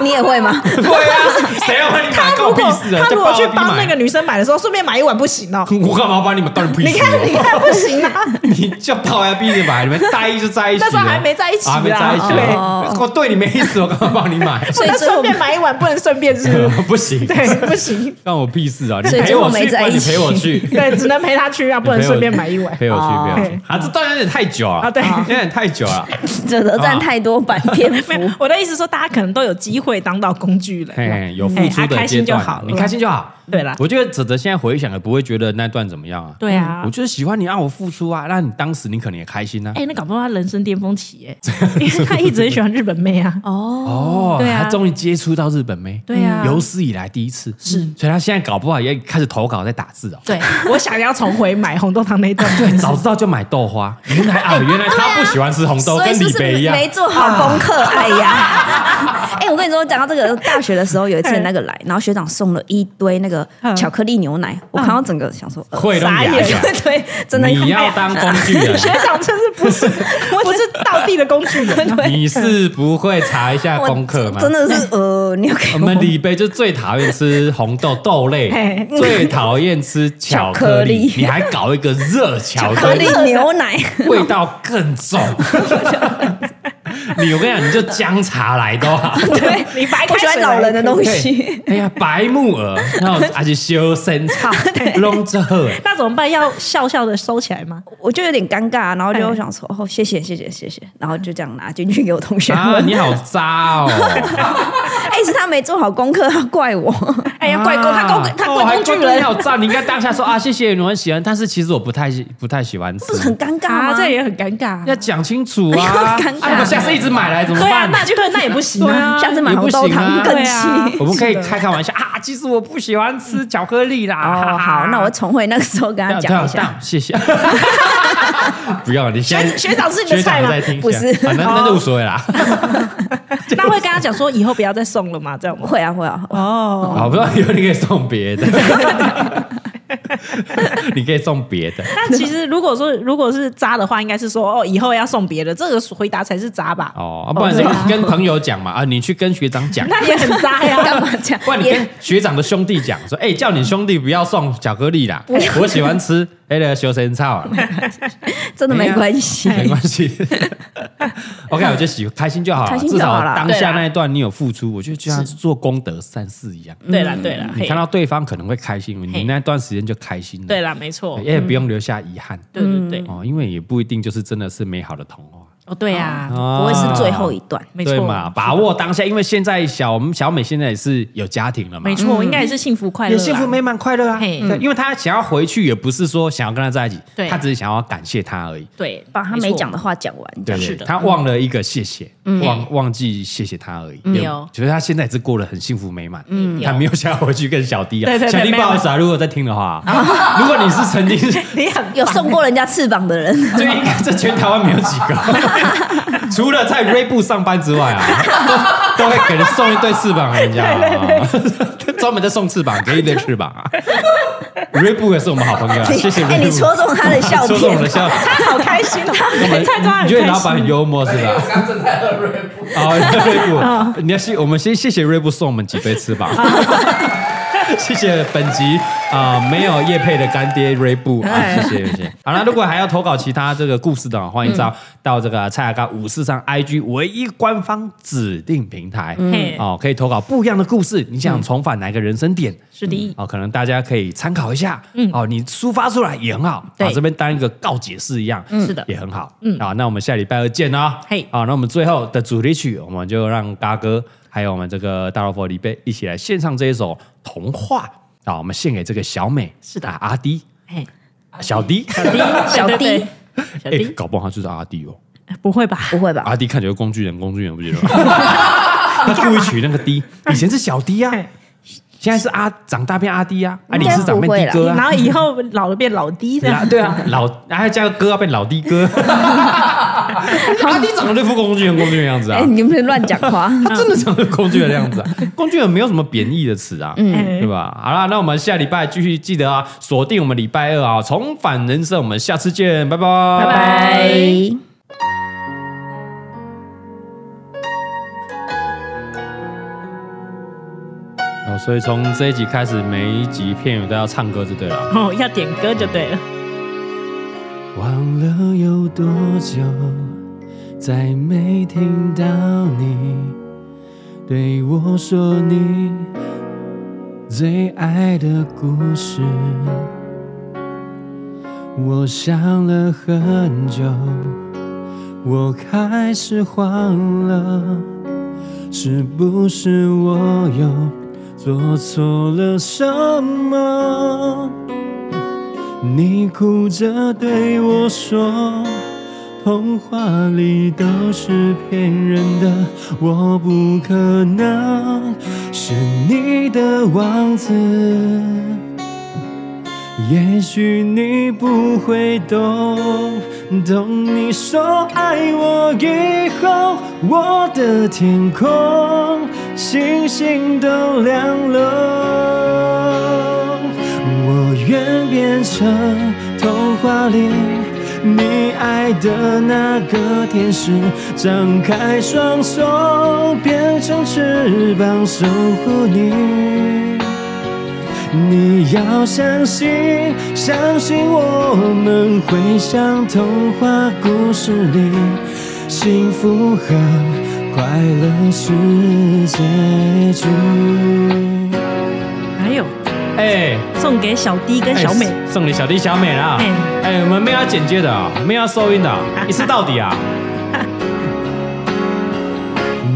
[SPEAKER 3] 你也会吗？
[SPEAKER 4] [LAUGHS]
[SPEAKER 2] 对啊，谁要帮你买？
[SPEAKER 4] 如
[SPEAKER 2] 关我
[SPEAKER 4] 果
[SPEAKER 2] 屁事啊！
[SPEAKER 4] 他
[SPEAKER 2] 就
[SPEAKER 4] 如果
[SPEAKER 2] 爸
[SPEAKER 4] 去
[SPEAKER 2] 逼
[SPEAKER 4] 帮那
[SPEAKER 2] 买
[SPEAKER 4] 个女生买的时候，顺便买一碗不
[SPEAKER 2] [LAUGHS]
[SPEAKER 4] 行哦。
[SPEAKER 2] 我干嘛帮你们断屁
[SPEAKER 4] 你
[SPEAKER 2] 事
[SPEAKER 4] 看，你
[SPEAKER 2] 哦？
[SPEAKER 4] 看不行啊！
[SPEAKER 2] 你叫泡来逼你买，你们在一就在一起了。
[SPEAKER 4] 那时候还没在一起
[SPEAKER 2] 啊
[SPEAKER 4] 哦
[SPEAKER 2] 还没
[SPEAKER 4] 啦
[SPEAKER 2] 在一起
[SPEAKER 4] 对
[SPEAKER 2] 啊。我对你没意思，我干嘛帮你买？
[SPEAKER 3] 所以
[SPEAKER 4] 那
[SPEAKER 3] 最后
[SPEAKER 4] 顺便买一碗不能顺便是
[SPEAKER 2] [LAUGHS] 不行，
[SPEAKER 4] 对，不行，
[SPEAKER 2] 干我屁事啊！你
[SPEAKER 3] 所以
[SPEAKER 2] 陪
[SPEAKER 3] 最后
[SPEAKER 2] 我去，
[SPEAKER 3] 没
[SPEAKER 2] 不然
[SPEAKER 3] 在
[SPEAKER 2] 你
[SPEAKER 3] 一起
[SPEAKER 2] 陪我去。
[SPEAKER 4] 对，只能陪他去啊，不能顺便买一碗。
[SPEAKER 2] 陪我去，陪我去
[SPEAKER 4] 哦
[SPEAKER 2] 啊！这段有点太久了
[SPEAKER 4] 啊对
[SPEAKER 2] 有点太久啊
[SPEAKER 4] [LAUGHS]
[SPEAKER 2] 了。
[SPEAKER 3] 这都占太多版篇幅
[SPEAKER 4] 没，有，我的意思说，大家可能都有机会当到工具人。
[SPEAKER 2] 嘿嘿，有付出
[SPEAKER 4] 哎啊
[SPEAKER 2] 的
[SPEAKER 4] 开
[SPEAKER 2] 阶
[SPEAKER 4] 心就
[SPEAKER 2] 段
[SPEAKER 4] 好
[SPEAKER 2] 啊，
[SPEAKER 4] 了
[SPEAKER 2] 你开心就好。
[SPEAKER 4] 对啦
[SPEAKER 2] 我觉得哲哲现在回想，也不会觉得那段怎么样啊。
[SPEAKER 4] 对啊
[SPEAKER 3] 嗯
[SPEAKER 2] 我，就是喜欢你，让我付出啊，那你当时你可能也开心啊。
[SPEAKER 4] 哎、那搞不好他人生巅峰期
[SPEAKER 3] [LAUGHS]
[SPEAKER 4] 哎、因为他一直很喜欢日本妹 [LAUGHS] 啊。
[SPEAKER 2] 哦，
[SPEAKER 4] 对啊
[SPEAKER 2] 他终于接触到日本妹，
[SPEAKER 4] 对啊
[SPEAKER 2] 有史以来第一次，是，所以他现在搞不好也开始投稿在打字哦。
[SPEAKER 3] [LAUGHS]
[SPEAKER 2] 哎
[SPEAKER 4] 对，我想要重回买红豆汤那一段。对，
[SPEAKER 2] 早知道就买豆花。原来啊，原来他不喜欢吃红豆，
[SPEAKER 3] 所以
[SPEAKER 2] 跟
[SPEAKER 3] 是
[SPEAKER 2] 李
[SPEAKER 3] 不是
[SPEAKER 2] 北一样。
[SPEAKER 3] 没做好功课？
[SPEAKER 2] [LAUGHS]
[SPEAKER 3] 哎呀，哎，我跟你说，讲到这个，大学的时候有一次那个
[SPEAKER 2] 嗯
[SPEAKER 3] 来，然后学长送了一堆那个
[SPEAKER 4] 嗯
[SPEAKER 3] 巧克力牛奶，我看到整个想说，呃
[SPEAKER 2] 会都哑
[SPEAKER 4] 傻
[SPEAKER 2] 一下
[SPEAKER 4] 眼。
[SPEAKER 3] [LAUGHS] 对，真的
[SPEAKER 2] 你要当工具
[SPEAKER 3] [LAUGHS]
[SPEAKER 2] 人，
[SPEAKER 4] 学长真是不是不是道地的工具人
[SPEAKER 3] [LAUGHS]
[SPEAKER 4] 啊，
[SPEAKER 2] 你是不会查一下
[SPEAKER 3] 我 [LAUGHS]
[SPEAKER 2] 功课吗？
[SPEAKER 3] 真的是呃，你要给
[SPEAKER 2] 我们李贝就最讨厌吃红豆豆
[SPEAKER 3] [LAUGHS]
[SPEAKER 2] 类
[SPEAKER 4] 嘿，
[SPEAKER 2] 最讨厌吃巧克力
[SPEAKER 3] 巧克力，
[SPEAKER 2] 你还搞一个热巧
[SPEAKER 3] 巧
[SPEAKER 2] 克
[SPEAKER 3] 克
[SPEAKER 2] 力
[SPEAKER 3] 力，牛
[SPEAKER 2] [LAUGHS]
[SPEAKER 3] 奶，
[SPEAKER 2] 味道更
[SPEAKER 3] [LAUGHS]
[SPEAKER 2] 重。你我跟你讲，你就姜茶来都好。
[SPEAKER 4] 对
[SPEAKER 3] [LAUGHS]
[SPEAKER 4] 你白开
[SPEAKER 3] 我喜欢
[SPEAKER 4] 水
[SPEAKER 3] 老
[SPEAKER 4] 来
[SPEAKER 3] 人的东西。
[SPEAKER 2] 对哎呀，白木耳，然后而且修身草，弄这好哎
[SPEAKER 4] 那怎么办？要笑笑的收起来吗？
[SPEAKER 3] 我就有点尴尬，然后就
[SPEAKER 4] 哎
[SPEAKER 3] 想说哦，谢谢谢谢谢谢，然后就这样拿进去给我同学
[SPEAKER 2] 嗯啊，
[SPEAKER 3] 问。
[SPEAKER 2] 你好渣哦！
[SPEAKER 3] 哎，是他没做好功课，他怪我。
[SPEAKER 4] 哎呀，怪工他工他
[SPEAKER 2] 哦还
[SPEAKER 4] 怪工具
[SPEAKER 2] 你
[SPEAKER 4] 人
[SPEAKER 2] 好渣！你应该当下说啊，谢谢你们喜欢，但是其实我不太喜不太喜欢吃，
[SPEAKER 3] [LAUGHS] 不是 [LAUGHS] 很尴尬吗？
[SPEAKER 4] 啊，这也很尴尬。
[SPEAKER 2] 要讲清楚啊！
[SPEAKER 3] 啊
[SPEAKER 2] 啊，
[SPEAKER 3] 尴尬
[SPEAKER 2] 你们下次一直买来怎么
[SPEAKER 4] 对啊，
[SPEAKER 2] 办？
[SPEAKER 4] 那就那也不行
[SPEAKER 2] 对
[SPEAKER 4] 啊。
[SPEAKER 2] 啊
[SPEAKER 3] [LAUGHS] 下次买
[SPEAKER 2] 也不
[SPEAKER 3] 红豆
[SPEAKER 2] 行啊
[SPEAKER 3] 汤更
[SPEAKER 4] 对啊
[SPEAKER 3] 气。
[SPEAKER 2] 我们可以开开玩笑啊，其实我不喜欢吃巧克力啦。哈
[SPEAKER 3] 哦，
[SPEAKER 2] 哈啊
[SPEAKER 3] 好，那我重回那个时候
[SPEAKER 2] [LAUGHS]
[SPEAKER 3] 跟他讲一
[SPEAKER 2] 这样
[SPEAKER 3] 下。，
[SPEAKER 2] 这样谢
[SPEAKER 3] [LAUGHS]
[SPEAKER 2] 谢。不要，你现在
[SPEAKER 4] 学学长是你的菜吗
[SPEAKER 2] 学长在听
[SPEAKER 3] 不是
[SPEAKER 2] 啊那那就无所谓啦。
[SPEAKER 3] 啊
[SPEAKER 4] 那会跟他讲说以后不要再送了嘛，这
[SPEAKER 3] [LAUGHS]
[SPEAKER 4] 样吗？
[SPEAKER 3] 会啊会啊，
[SPEAKER 4] 哦，
[SPEAKER 2] 好，不然以后你可以送别的，你可以送别的。
[SPEAKER 3] 啊
[SPEAKER 4] 但其实如果说如果是渣的话，应该是说哦，以后要送别的，这个回答才是渣吧？
[SPEAKER 2] 哦，啊不然你跟朋友讲嘛，啊，你去跟学长讲，
[SPEAKER 4] 那也很渣 [LAUGHS]
[SPEAKER 3] 干
[SPEAKER 4] 呀。
[SPEAKER 3] 嘛这样
[SPEAKER 2] 不然？你跟学长的兄弟讲说，哎，叫你兄弟不要送巧克力啦，我喜欢吃哎那个修仙草啊，
[SPEAKER 3] 真的没关系。
[SPEAKER 2] 没关系。OK，我就喜开心就好
[SPEAKER 3] 开
[SPEAKER 2] 了，
[SPEAKER 3] 心
[SPEAKER 2] 至
[SPEAKER 3] 就好
[SPEAKER 2] 少
[SPEAKER 3] 啦
[SPEAKER 2] 当
[SPEAKER 4] 对
[SPEAKER 2] 下
[SPEAKER 4] 啦
[SPEAKER 2] 那一段你有付出，我觉得就像是做功德善事一样。
[SPEAKER 4] 对了对了，
[SPEAKER 2] 你
[SPEAKER 4] 嗯嘿
[SPEAKER 2] 看到对方可能会开心，
[SPEAKER 4] 嘿
[SPEAKER 2] 你那段时间就开心了，哎
[SPEAKER 4] 对了，没错，
[SPEAKER 2] 也不用留下遗憾
[SPEAKER 4] 对对对，
[SPEAKER 2] 哦，因为也不一定就是真的是美好的童话，
[SPEAKER 4] 嗯哦对呀，
[SPEAKER 3] 不会是最后一段，
[SPEAKER 4] 没
[SPEAKER 2] 对
[SPEAKER 4] 错
[SPEAKER 2] 嘛？把握当下，因为现在小我们小美现在也是有家庭了嘛，
[SPEAKER 4] 没错，应该也是幸福快乐
[SPEAKER 2] 也
[SPEAKER 4] 啦，
[SPEAKER 2] 幸福美满快乐啊。
[SPEAKER 4] 嘿
[SPEAKER 2] 对，因为她想要回去，也不是说想要跟他在一起，
[SPEAKER 4] 对
[SPEAKER 2] 她只是想要感谢他而已。
[SPEAKER 4] 对，
[SPEAKER 3] 把他没讲
[SPEAKER 4] 的
[SPEAKER 3] 的话讲完。
[SPEAKER 2] 对
[SPEAKER 4] 是
[SPEAKER 2] 对，
[SPEAKER 4] 的
[SPEAKER 2] 她忘了一个谢谢，忘忘记谢谢他而已。
[SPEAKER 4] 嗯
[SPEAKER 2] 也
[SPEAKER 4] 有
[SPEAKER 2] 觉得她现在也是过得很幸福美满，嗯，
[SPEAKER 4] 有
[SPEAKER 2] 她没有想要回去跟小弟啊
[SPEAKER 4] 对。对对
[SPEAKER 2] 小弟不
[SPEAKER 4] 没有
[SPEAKER 2] 好意思啊，如果在听的
[SPEAKER 4] [LAUGHS]
[SPEAKER 2] 话，如果你是曾经
[SPEAKER 4] 你很
[SPEAKER 3] 有送过人家翅膀的人，
[SPEAKER 2] [LAUGHS] 就应该这全台湾没有几
[SPEAKER 3] [LAUGHS]
[SPEAKER 2] 个，除了在 r e b o 上班之外啊，都都会给人送一对翅膀给人家、啊，专门在送翅膀，给一对翅膀啊。r e b o 也是我们好朋友、啊，谢谢 r
[SPEAKER 3] [LAUGHS] 哎，
[SPEAKER 2] e b o
[SPEAKER 3] 你戳中他的笑
[SPEAKER 2] 戳中我的
[SPEAKER 3] 点。
[SPEAKER 2] 笑点。
[SPEAKER 4] 他好开 [LAUGHS] 心哦，
[SPEAKER 2] 我们
[SPEAKER 4] 蔡庄
[SPEAKER 2] 你觉得老板很幽默是吧？我刚正在喝 Ray
[SPEAKER 4] [LAUGHS]
[SPEAKER 2] 布，好
[SPEAKER 4] 啊
[SPEAKER 2] Ray 布，你要谢我们先谢谢 Ray 布送我们几对翅膀，
[SPEAKER 4] 啊
[SPEAKER 2] [LAUGHS] 谢谢本集啊、没有叶配的干爹 Ray 布啊，
[SPEAKER 4] 哎
[SPEAKER 2] 谢谢谢谢。好了，如果还要投稿其他这个故事的话，欢迎到到这个蔡雅刚五四上 IG 唯一官方指定平台
[SPEAKER 4] 嗯
[SPEAKER 2] 哦，可以投稿不一样的故事，你想重返哪个人生点？
[SPEAKER 4] 是的，
[SPEAKER 2] 哦，可能大家可以参考一下，嗯，哦，你抒发出来也很好，
[SPEAKER 4] 对
[SPEAKER 2] 啊，这边当一个告解式一样，
[SPEAKER 4] 嗯是的
[SPEAKER 2] 也很好，嗯，好，那我们下礼拜二见哦，
[SPEAKER 4] 嘿
[SPEAKER 2] 好，那我们最后的主题曲，我们就让嘎哥还有我们这个大老婆李贝一起来献上这一首《童话》啊，我们献给这个小美，
[SPEAKER 4] 是的
[SPEAKER 2] 啊阿迪，
[SPEAKER 4] 嘿，
[SPEAKER 2] 小迪，
[SPEAKER 4] 小
[SPEAKER 2] [LAUGHS]
[SPEAKER 4] 弟，
[SPEAKER 3] 小弟
[SPEAKER 4] 对，对
[SPEAKER 2] 哎
[SPEAKER 4] 对，小
[SPEAKER 2] 搞不好他就是阿迪哦，
[SPEAKER 4] 弟，不会吧？
[SPEAKER 3] 不会吧？
[SPEAKER 2] 阿迪看起来就是工具人，工具人不觉得吗？他故意取那个迪，以前是小迪啊
[SPEAKER 4] 嘿。
[SPEAKER 2] 现在是阿长大变阿迪啊，啊
[SPEAKER 3] 应
[SPEAKER 2] 你
[SPEAKER 3] 该
[SPEAKER 2] 是长
[SPEAKER 3] 不
[SPEAKER 2] 变
[SPEAKER 3] 会
[SPEAKER 2] 迪
[SPEAKER 3] 啦
[SPEAKER 2] 哥啊
[SPEAKER 4] 然，后以后老了变老弟这
[SPEAKER 2] 啊
[SPEAKER 4] 样，
[SPEAKER 2] 对啊，老然后加个哥要变老弟哥，阿弟长得就副工具人工具人样子啊
[SPEAKER 3] 哎，，你们别乱讲话。
[SPEAKER 2] 他真的长得工具人样子 [LAUGHS] 啊，工具人没有什么贬义的词啊，
[SPEAKER 4] 哎
[SPEAKER 2] 对吧？好啦，那我们下礼拜继续记得啊，锁定我们礼拜二啊，重返人生，我们下次见，拜拜，
[SPEAKER 4] 拜拜。
[SPEAKER 2] 哦，所以从这一集开始，每一集片语都要唱歌就对了。
[SPEAKER 4] 哦，要点歌就对了。
[SPEAKER 2] 忘了有多久，再没听到你对我说你最爱的故事。我想了很久，我开始慌了，是不是我又做错了什么？你哭着对我说，童话里都是骗人的，我不可能是你的王子。
[SPEAKER 6] 也许你不会懂，懂你说爱我以后，我的天空星星都亮了。我愿变成童话里你爱的那个天使，张开双手变成翅膀守护你。你要相信，相信我们会像童话故事里，幸福和快乐是结局。
[SPEAKER 4] 还有
[SPEAKER 6] 哎、
[SPEAKER 4] 送给小 D 跟小美，
[SPEAKER 6] 哎送你小弟小美啦！哎
[SPEAKER 4] 哎、
[SPEAKER 6] 我们没有要剪接的啊、没有要收音的啊、一次到底啊！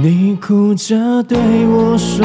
[SPEAKER 6] 你哭着对我说，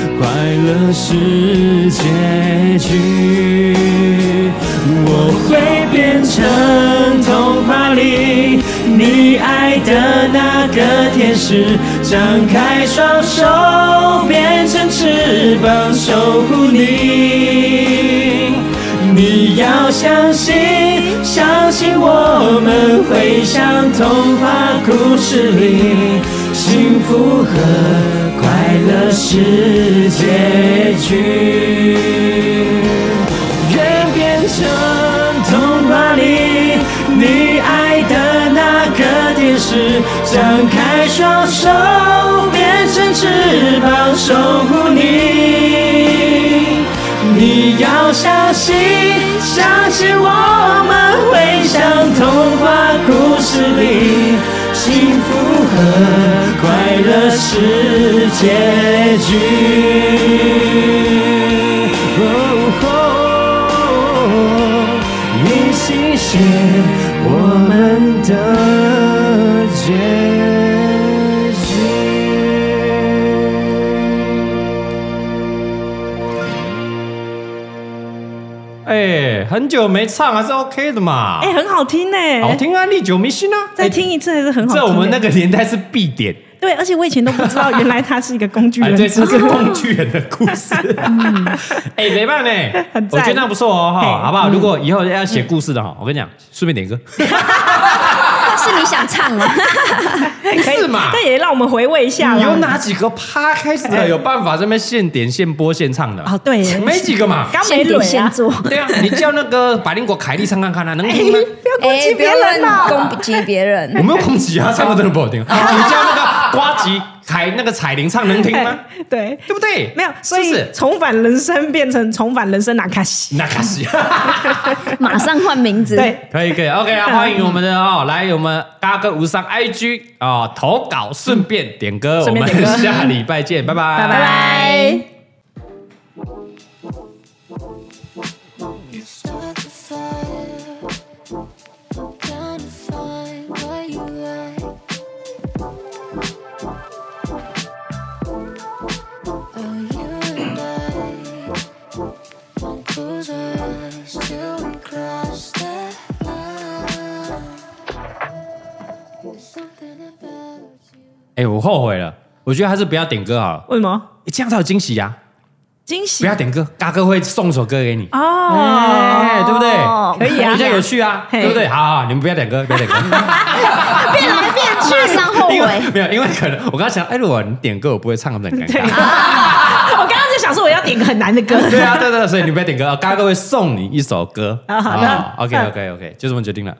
[SPEAKER 6] 快乐是结局。我会变成童话里你爱的那个天使，张开双手变成翅膀守护你。你要相信，相信我们会像童话故事里，幸福和快乐是结局。愿变成童话里你爱的那个天使，张开双手变成翅膀守护你。你要相信，相信我们会像童话故事里，幸福和快乐是结局。哦吼一起写我们的结局。哎、很久没唱还是 OK 的
[SPEAKER 2] 啊
[SPEAKER 6] 嘛。
[SPEAKER 4] 哎，很好听呢，
[SPEAKER 6] 好听啊，历久弥新啊！
[SPEAKER 4] 再听一次还是很
[SPEAKER 6] 哎
[SPEAKER 4] 好听
[SPEAKER 6] 这
[SPEAKER 4] 欸。
[SPEAKER 6] 我们那个年代是必点，
[SPEAKER 4] 对，而且我以前都不知道，原来他是一个工
[SPEAKER 2] [LAUGHS]
[SPEAKER 4] 具
[SPEAKER 6] 哎，
[SPEAKER 4] 人。
[SPEAKER 6] 这是是工具人的故
[SPEAKER 4] [LAUGHS]
[SPEAKER 6] 事。哎，没办呢，
[SPEAKER 4] 嗯很
[SPEAKER 6] 我
[SPEAKER 4] 赞
[SPEAKER 6] 觉得那不错哦，哈，
[SPEAKER 4] 嘿嗯
[SPEAKER 6] 好不好？如果以后要写故事的哈，我跟你讲，顺便点歌，
[SPEAKER 3] 是你想唱啊？
[SPEAKER 4] [LAUGHS] 可以
[SPEAKER 6] 是
[SPEAKER 2] 啊
[SPEAKER 6] 嘛
[SPEAKER 4] 但也让我们回味一下啦
[SPEAKER 6] 有哪几个趴开始的有办法这边现点现播现唱的？
[SPEAKER 4] 哦对耶
[SPEAKER 6] 没几
[SPEAKER 4] [LAUGHS]
[SPEAKER 6] 个嘛。
[SPEAKER 4] 刚
[SPEAKER 3] 先
[SPEAKER 4] 没蕊
[SPEAKER 3] 点
[SPEAKER 4] 啊
[SPEAKER 3] 先做。
[SPEAKER 6] 对啊，你叫那个百灵果凯莉唱看看啊，能听吗？
[SPEAKER 4] 哎不要攻
[SPEAKER 3] 哎
[SPEAKER 4] 击别人啦。
[SPEAKER 3] 攻击别人
[SPEAKER 2] [LAUGHS]
[SPEAKER 6] 我。没有攻击啊，唱的真的
[SPEAKER 4] [LAUGHS]
[SPEAKER 6] 不好听。你叫那个瓜吉凯那个彩铃唱能听吗？
[SPEAKER 4] 哎 [LAUGHS] 对，
[SPEAKER 6] 对不对？
[SPEAKER 4] 没有，所以
[SPEAKER 6] 是不是
[SPEAKER 4] 重返人生变成重返人生拿卡西。
[SPEAKER 6] 那可
[SPEAKER 4] [LAUGHS]
[SPEAKER 6] 惜。
[SPEAKER 3] 马上换名字。
[SPEAKER 4] 对，
[SPEAKER 6] 可以可以，OK
[SPEAKER 4] 嗯
[SPEAKER 6] 啊，欢迎我们的哦，来我们嘎哥无伤 IG 哦投稿，顺便点歌，我
[SPEAKER 4] 顺便
[SPEAKER 6] 们
[SPEAKER 4] 点歌
[SPEAKER 6] [LAUGHS] 下礼拜见，拜拜，
[SPEAKER 4] 拜拜
[SPEAKER 3] 拜。
[SPEAKER 1] Start the fire. I'm gonna find what you like. Oh, you and I won't close our eyes till we cross that line. There's something about you.
[SPEAKER 6] 哎，我后悔了，我觉得还是不要点歌好了，
[SPEAKER 4] 为什么？
[SPEAKER 6] 这样才有惊喜呀！
[SPEAKER 4] 惊喜
[SPEAKER 6] 不要点歌，嘎哥会送首歌给你，
[SPEAKER 4] 哦，
[SPEAKER 6] 哎，对不对？
[SPEAKER 4] 可以啊
[SPEAKER 6] 比较有趣啊，
[SPEAKER 4] 嘿
[SPEAKER 6] 对不对？好好，好你们不要点歌，不要
[SPEAKER 4] [LAUGHS]
[SPEAKER 6] 点歌，
[SPEAKER 3] 变来变去，马上后
[SPEAKER 6] 因为
[SPEAKER 3] 悔。
[SPEAKER 6] 没有，因为可能我刚刚想，哎，如果你点歌，我不会唱，很尴
[SPEAKER 4] 对。
[SPEAKER 6] 尬。
[SPEAKER 4] [LAUGHS] 我刚刚就想说我要点个很难的歌。
[SPEAKER 6] 啊
[SPEAKER 4] [LAUGHS]
[SPEAKER 6] 哦对啊，对对，对所以你不要点歌，嘎哥会送你一首歌。
[SPEAKER 4] 好好的
[SPEAKER 6] ，OK OK OK，就这么决定了。